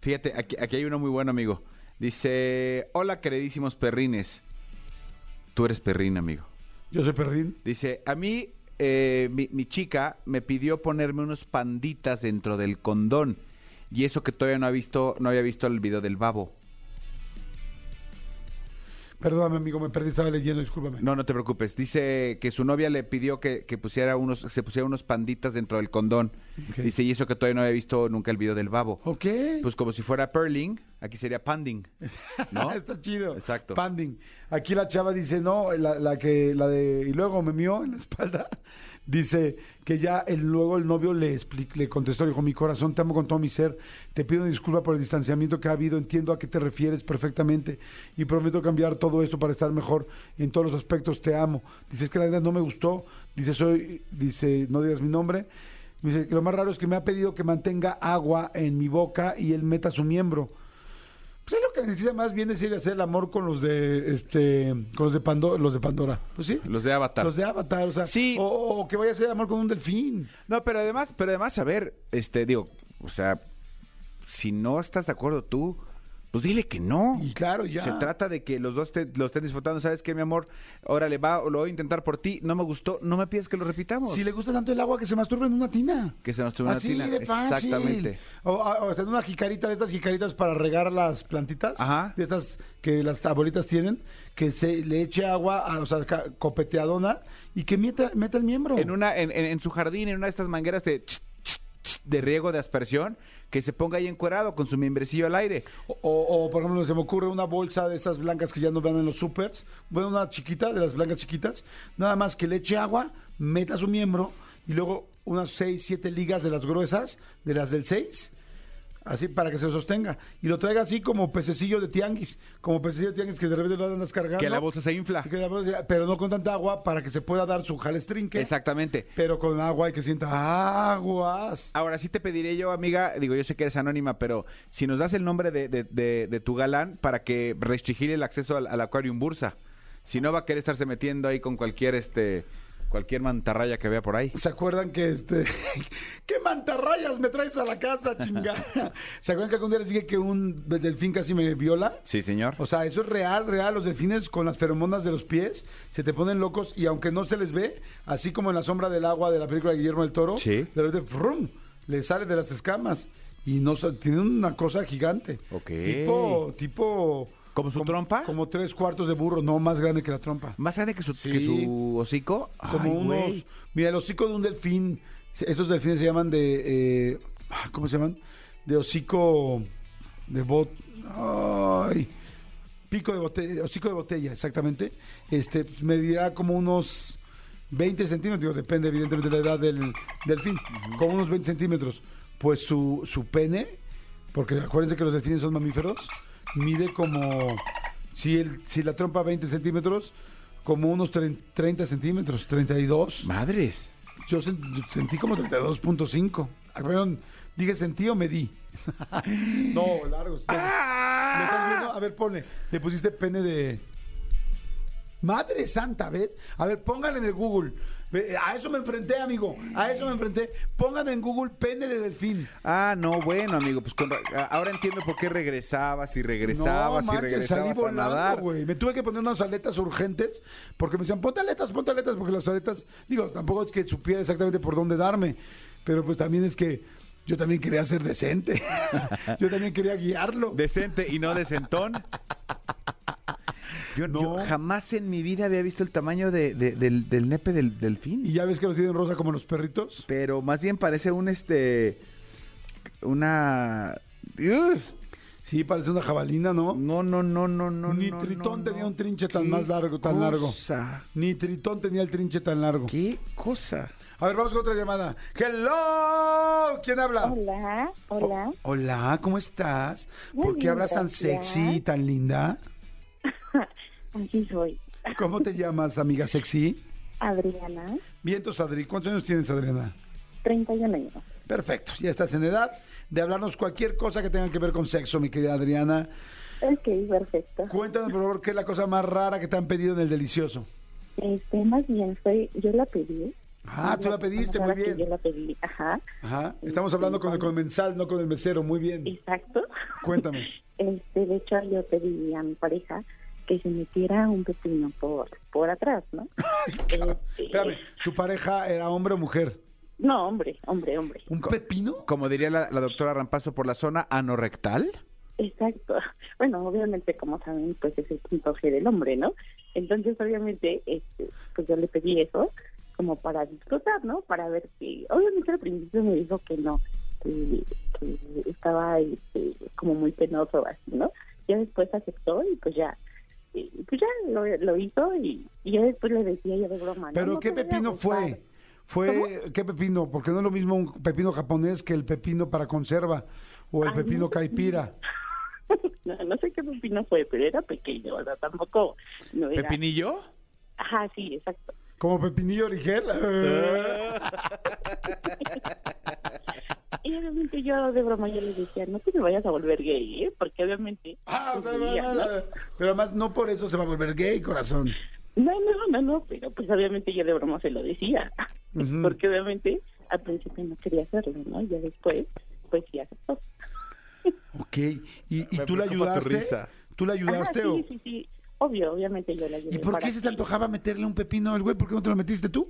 Speaker 3: Fíjate, aquí, aquí hay uno muy bueno, amigo. Dice: Hola, queridísimos perrines. Tú eres perrín, amigo.
Speaker 2: Yo soy perrín.
Speaker 3: Dice, a mí eh, mi, mi chica me pidió ponerme unos panditas dentro del condón. Y eso que todavía no, ha visto, no había visto el video del babo.
Speaker 2: Perdóname, amigo, me perdí, estaba leyendo, discúlpame.
Speaker 3: No, no te preocupes. Dice que su novia le pidió que, que pusiera unos, se pusiera unos panditas dentro del condón.
Speaker 2: Ok.
Speaker 3: Dice, y eso que todavía no había visto nunca el video del babo.
Speaker 2: Ok.
Speaker 3: Pues como si fuera perling, aquí sería panding. ¿no?
Speaker 2: Está chido.
Speaker 3: Exacto.
Speaker 2: Panding. Aquí la chava dice, no, la, la que, la de, y luego me mió en la espalda. Dice que ya el, luego el novio le, expli- le contestó, le dijo, mi corazón, te amo con todo mi ser, te pido una disculpa por el distanciamiento que ha habido, entiendo a qué te refieres perfectamente y prometo cambiar todo esto para estar mejor en todos los aspectos, te amo. Dice, es que la verdad no me gustó, dice, soy, dice, no digas mi nombre. Dice, que lo más raro es que me ha pedido que mantenga agua en mi boca y él meta su miembro. Pues es lo que necesita más bien decir hacer el amor con los de este con los de Pandora, los de Pandora. Pues sí.
Speaker 3: Los de Avatar.
Speaker 2: Los de Avatar, o sea,
Speaker 3: Sí.
Speaker 2: o, o que vaya a hacer el amor con un delfín.
Speaker 3: No, pero además, pero además, a ver, este, digo, o sea, si no estás de acuerdo tú, pues dile que no.
Speaker 2: Y claro, ya.
Speaker 3: Se trata de que los dos te, lo estén disfrutando. ¿Sabes qué, mi amor? Órale, va, lo voy a intentar por ti. No me gustó, no me pides que lo repitamos.
Speaker 2: Si le gusta tanto el agua que se masturbe en una tina.
Speaker 3: Que se masturbe en una
Speaker 2: Así
Speaker 3: tina,
Speaker 2: de fácil.
Speaker 3: exactamente.
Speaker 2: O, a- o hasta en una jicarita de estas jicaritas para regar las plantitas.
Speaker 3: Ajá.
Speaker 2: De estas que las abuelitas tienen. Que se le eche agua, a- o sea, ca- copeteadona. Y que meta, meta el miembro.
Speaker 3: En una, en, en- en su jardín, en una de estas mangueras de, de riego de aspersión, que se ponga ahí encuerado con su membrecillo al aire.
Speaker 2: O, o, por ejemplo, se me ocurre una bolsa de estas blancas que ya no vean en los supers. Bueno, una chiquita, de las blancas chiquitas. Nada más que le eche agua, meta su miembro y luego unas 6, 7 ligas de las gruesas, de las del 6, así para que se sostenga. Y lo traiga así como pececillo de tianguis, como pececillo de tianguis que de repente lo andas cargando.
Speaker 3: Que la bolsa se infla.
Speaker 2: Y que la bolsa- Pero no con tanta agua para que se pueda dar su jalestrinque.
Speaker 3: Exactamente.
Speaker 2: Pero con agua y que sienta aguas.
Speaker 3: Ahora sí te pediré yo, amiga, digo, yo sé que eres anónima, pero si nos das el nombre de, de- de- de tu galán para que restringir el acceso al, al Aquarium Bursa. Si no, va a querer estarse metiendo ahí con cualquier, este, cualquier mantarraya que vea por ahí.
Speaker 2: ¿Se acuerdan que este. ¿Qué mantarrayas me traes a la casa, chingada? ¿Se acuerdan que algún día les dije que un delfín casi me viola?
Speaker 3: Sí, señor.
Speaker 2: O sea, eso es real, real. Los delfines con las feromonas de los pies se te ponen locos y aunque no se les ve, así como en la sombra del agua de la película de Guillermo del Toro,
Speaker 3: Sí.
Speaker 2: de repente ¡frum! le sale de las escamas y no sa- tienen una cosa gigante.
Speaker 3: Ok.
Speaker 2: Tipo, tipo.
Speaker 3: ¿Como su trompa?
Speaker 2: Como tres cuartos de burro, no más grande que la trompa
Speaker 3: Más grande que su,
Speaker 2: Sí.
Speaker 3: que su hocico.
Speaker 2: como
Speaker 3: Ay,
Speaker 2: unos.
Speaker 3: güey.
Speaker 2: Mira, el hocico de un delfín. se- Estos delfines se llaman de. eh, ah, ¿Cómo se llaman? De hocico. De bot. Ay. Pico de botella. Hocico de botella, exactamente. Este pues, medirá como unos 20 centímetros. digo, depende, evidentemente, de la edad del delfín. Como unos 20 centímetros. Pues su, su pene. Porque acuérdense que los delfines son mamíferos. Mide como. Si, el, si la trompa 20 centímetros, como unos 30, 30 centímetros, 32.
Speaker 3: Madres.
Speaker 2: Yo sen- sentí como 32.5. Ah, Perdón, dije sentí o medí. no, largos. no. ¿Me estás viendo? A ver, pone. Le pusiste pene de. Madre santa, ¿ves? A ver, póngale en el Google. Ve, A eso me enfrenté, amigo. A eso me enfrenté. Pongan en Google pene de delfín.
Speaker 7: Ah, no, bueno, amigo, pues con ra- a- ahora entiendo por qué regresabas y regresabas
Speaker 2: no,
Speaker 7: y
Speaker 2: manches, salí
Speaker 7: regresabas a
Speaker 2: volando,
Speaker 7: nadar.
Speaker 2: güey. Me tuve que poner unas aletas urgentes porque me decían, ponte aletas, ponte aletas, porque las aletas, digo, tampoco es que supiera exactamente por dónde darme, pero pues también es que yo también quería ser decente. yo también quería guiarlo.
Speaker 7: Decente y no decentón. Yo, yo jamás en mi vida había visto el tamaño de- de- del, del nepe del delfín.
Speaker 2: y ya ves que los tienen rosa como los perritos.
Speaker 7: pero más bien parece un este una Uf.
Speaker 2: Sí, parece una jabalina, ¿no?
Speaker 7: no no no no no
Speaker 2: Ni
Speaker 7: no,
Speaker 2: Tritón
Speaker 7: no,
Speaker 2: tenía
Speaker 7: no.
Speaker 2: un trinche tan
Speaker 7: ¿Qué
Speaker 2: más largo, tan largo.
Speaker 7: cosa?
Speaker 2: Ni Tritón tenía el trinche tan largo.
Speaker 7: qué cosa
Speaker 2: A ver, vamos con otra llamada. Hello, ¿quién habla?
Speaker 11: Hola, hola.
Speaker 2: O- hola, ¿cómo estás?
Speaker 11: Muy
Speaker 2: ¿Por qué
Speaker 11: bien,
Speaker 2: hablas tan
Speaker 11: gracias.
Speaker 2: sexy y tan linda?
Speaker 11: Así soy.
Speaker 2: ¿Cómo te llamas, amiga sexy?
Speaker 11: Adriana,
Speaker 2: Vientos, Adri. ¿Cuántos años tienes, Adriana?
Speaker 11: 31 años.
Speaker 2: Perfecto, ya estás en edad de hablarnos cualquier cosa que tenga que ver con sexo, mi querida Adriana.
Speaker 11: Ok, perfecto.
Speaker 2: Cuéntanos, por favor, qué es la cosa más rara que te han pedido en el delicioso.
Speaker 11: Este, más bien, soy, yo la pedí.
Speaker 2: Ah, tú la pediste, muy
Speaker 11: pues, Ahora que Yo
Speaker 2: bien.
Speaker 11: la pedí, ajá,
Speaker 2: Ajá, estamos hablando con el comensal, no con el mesero, muy bien.
Speaker 11: exacto.
Speaker 2: Cuéntame.
Speaker 11: Este, de hecho, yo pedí a mi pareja que se metiera un pepino por, por atrás, ¿no? Este,
Speaker 2: Espérame, ¿tu pareja era hombre o mujer?
Speaker 11: No, hombre, hombre, hombre.
Speaker 2: ¿Un pepino?
Speaker 7: como diría la, la doctora Rampazo por la zona anorrectal
Speaker 11: Exacto. Bueno, obviamente, como saben, pues es el punto G del hombre, ¿no? Entonces, obviamente, este, pues yo le pedí eso como para disfrutar, ¿no? Para ver si... Obviamente al principio me dijo que no, que, que estaba este, como muy penoso así, ¿no? Ya después aceptó y pues ya... y pues ya lo, lo hizo y, y yo después le decía ya de broma. ¿no?
Speaker 2: ¿Pero
Speaker 11: No
Speaker 2: qué
Speaker 11: te voy a
Speaker 2: pepino
Speaker 11: gustar.
Speaker 2: fue? ¿Fue qué pepino? Porque no es lo mismo un pepino japonés que el pepino para conserva o el
Speaker 11: Ay,
Speaker 2: pepino
Speaker 11: no. pues,
Speaker 2: caipira.
Speaker 11: no, no sé qué pepino fue, pero era pequeño, o sea, tampoco... No era...
Speaker 7: pepinillo
Speaker 11: Ajá, sí, exacto.
Speaker 2: Como pepinillo origel.
Speaker 11: Y obviamente yo de broma yo les decía, no te me vayas a volver gay, ¿eh? Porque obviamente...
Speaker 2: Ah, o sea,
Speaker 11: pues, ya,
Speaker 2: no, no, no. Pero además no por eso se va a volver gay, corazón.
Speaker 11: ¿no? no, no, no, no, pero pues obviamente yo de broma se lo decía.
Speaker 2: Ujú.
Speaker 11: Porque obviamente al principio no quería hacerlo, ¿no? Ya después, pues sí aceptó.
Speaker 2: Ok. ¿Y, y
Speaker 7: Me
Speaker 2: tú
Speaker 7: preocupa
Speaker 2: la
Speaker 7: tu
Speaker 2: ayudaste?
Speaker 7: risa.
Speaker 2: ¿Tú la
Speaker 11: Ajá,
Speaker 2: ayudaste? o-
Speaker 11: Ah, sí, sí, sí. Obvio, obviamente yo la ayudé.
Speaker 2: ¿Y por
Speaker 11: para
Speaker 2: qué se te
Speaker 11: que-
Speaker 2: antojaba meterle un pepino al güey? ¿Por qué no te lo metiste tú?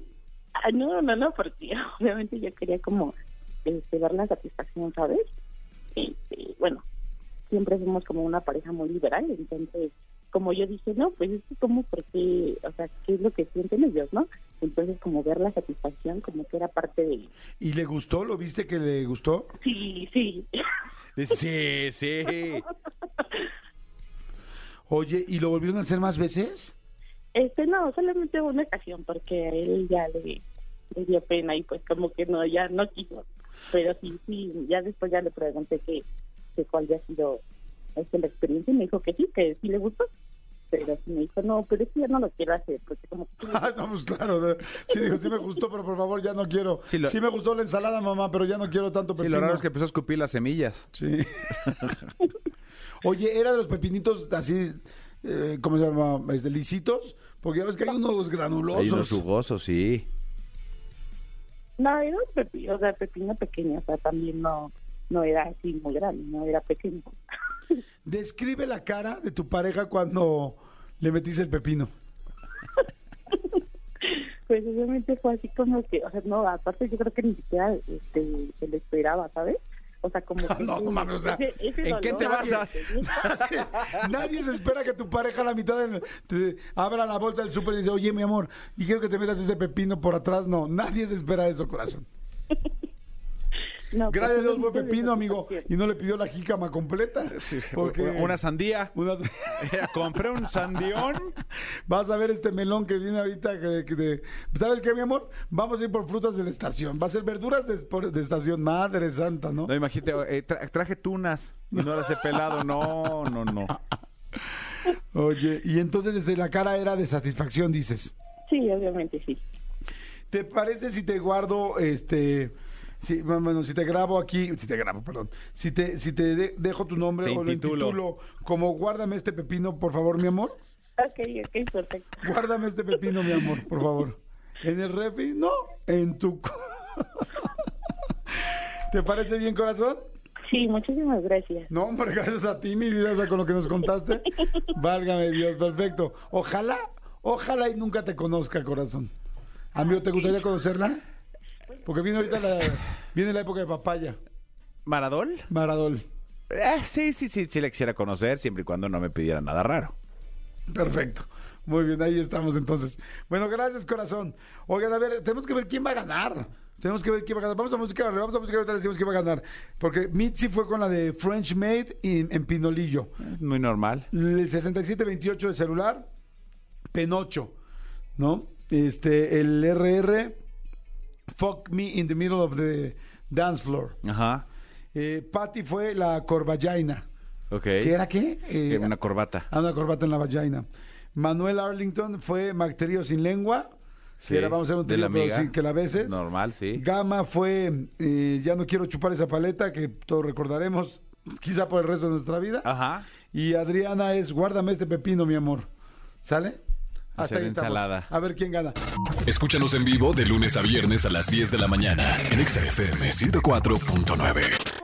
Speaker 11: Ah, no, no, no, porque obviamente yo quería como este, dar la satisfacción, ¿sabes? Este, bueno, siempre fuimos como una pareja muy liberal, entonces, como yo dije, no, pues es que como porque, o sea, ¿qué es lo que sienten ellos, no? Entonces, como ver la satisfacción, como que era parte de...
Speaker 2: ¿Y le gustó? ¿Lo viste que le gustó?
Speaker 11: Sí, sí.
Speaker 7: sí sí
Speaker 2: Oye, ¿y lo volvieron a hacer más veces?
Speaker 11: Este, no, solamente una ocasión, porque a él ya le, le dio pena y pues como que no, ya no quiso. Pero sí, sí, ya después ya le pregunté que, que cuál había sido este, la experiencia y me dijo que sí, que sí le gustó. Pero sí me dijo, no, pero es que ya no lo quiero hacer, porque como que...
Speaker 2: Ah, no, pues claro. de- Sí, dijo, sí me gustó, pero por favor ya no quiero. Sí,
Speaker 7: Sí, lo-
Speaker 2: me gustó la ensalada, mamá, pero ya no quiero tanto
Speaker 7: Sí,
Speaker 2: pepino.
Speaker 7: lo raro es que empezó a escupir las semillas
Speaker 2: Sí. Oye, ¿era de los pepinitos así, eh, cómo se llama, este, lisitos? Porque ya ves que hay unos granulosos.
Speaker 7: hay unos jugosos sí
Speaker 11: No, era un pepino, o sea, pepino pequeño, o sea, también no, no era así muy grande, no era pequeño.
Speaker 2: Describe la cara de tu pareja cuando le metiste el pepino.
Speaker 11: Pues obviamente fue así como que, o sea, no, aparte yo creo que ni siquiera este, se lo esperaba, ¿sabes? O sea, como que...
Speaker 2: No, no mames, o sea,
Speaker 7: ¿en qué te
Speaker 11: dolor que
Speaker 7: basas?
Speaker 11: tenía-
Speaker 2: Nadie se espera que tu pareja a la mitad del- te abra la bolsa del súper y dice, oye, mi amor, y quiero que te metas ese pepino por atrás. No, nadie se espera eso, corazón.
Speaker 11: No, pues,
Speaker 2: Gracias a Dios fue
Speaker 11: obviamente
Speaker 2: pepino,
Speaker 11: de
Speaker 2: amigo. Y
Speaker 11: satisfacción.
Speaker 2: no le pidió la jícama completa. Porque
Speaker 7: una sandía
Speaker 2: unas-
Speaker 7: Eh, compré un sandión
Speaker 2: Vas a ver este melón que viene ahorita. que- que de- ¿Sabes qué, mi amor? Vamos a ir por frutas de la estación. Va a ser verduras de, por- de estación. Madre santa, ¿no?
Speaker 7: no imagínate eh, tra- traje tunas y no las he pelado no no no
Speaker 2: Oye, y entonces desde la cara era de satisfacción, dices.
Speaker 11: Sí, obviamente sí.
Speaker 2: ¿Te parece si te guardo este... Si, bueno, si te grabo aquí, si te grabo, perdón, si te, si te de- dejo tu nombre
Speaker 7: Te
Speaker 2: o lo
Speaker 7: intitulo.
Speaker 2: intitulo como guárdame este pepino, por favor, mi amor.
Speaker 11: Ok, ok, perfecto.
Speaker 2: Guárdame este pepino, mi amor, por favor. ¿En el refri? No, en tu... co- ¿Te parece bien, corazón?
Speaker 11: Sí, muchísimas gracias.
Speaker 2: No, hombre, gracias a ti, mi vida, o sea, con lo que nos contaste. Válgame Dios, perfecto. Ojalá, ojalá y nunca te conozca, corazón. Amigo, ¿te gustaría conocerla? Porque viene ahorita la, viene la época de papaya,
Speaker 7: ¿Maradol?
Speaker 2: Maradol.
Speaker 7: Eh, sí, sí, sí, sí la quisiera conocer siempre y cuando no me pidiera nada raro.
Speaker 2: Perfecto. Muy bien, ahí estamos entonces. Bueno, gracias, corazón. Oigan, a ver, tenemos que ver quién va a ganar. Tenemos que ver quién va a ganar. Vamos a música, vamos a música, ahorita les decimos quién va a ganar. Porque Mitzi fue con la de French Maid en, en Pinolillo.
Speaker 7: Es muy normal.
Speaker 2: El 6728 de celular, Penocho, ¿no? Este, el RR, Fuck Me in the Middle of the Dance Floor.
Speaker 7: Ajá.
Speaker 2: Eh, Patty fue la corvallaina.
Speaker 7: Ok.
Speaker 2: ¿Qué era qué? Eh,
Speaker 7: Eh, Una corbata.
Speaker 2: Ah, una corbata en la vagina. Manuel Arlington fue Macterio sin lengua.
Speaker 7: Sí,
Speaker 2: Que era, vamos a hacer un
Speaker 7: de la
Speaker 2: trío, pero
Speaker 7: amiga.
Speaker 2: sin que la beses.
Speaker 7: Normal, sí.
Speaker 2: Gama fue eh, Ya no quiero chupar esa paleta, que todos recordaremos, quizá por el resto de nuestra vida.
Speaker 7: Ajá.
Speaker 2: Y Adriana es Guárdame este pepino, mi amor. ¿Sale?
Speaker 7: Hacer
Speaker 2: estamos.
Speaker 7: ensalada.
Speaker 2: A ver quién gana.
Speaker 1: Escúchanos en vivo de lunes a viernes a las 10 de la mañana en Exa FM 104.9.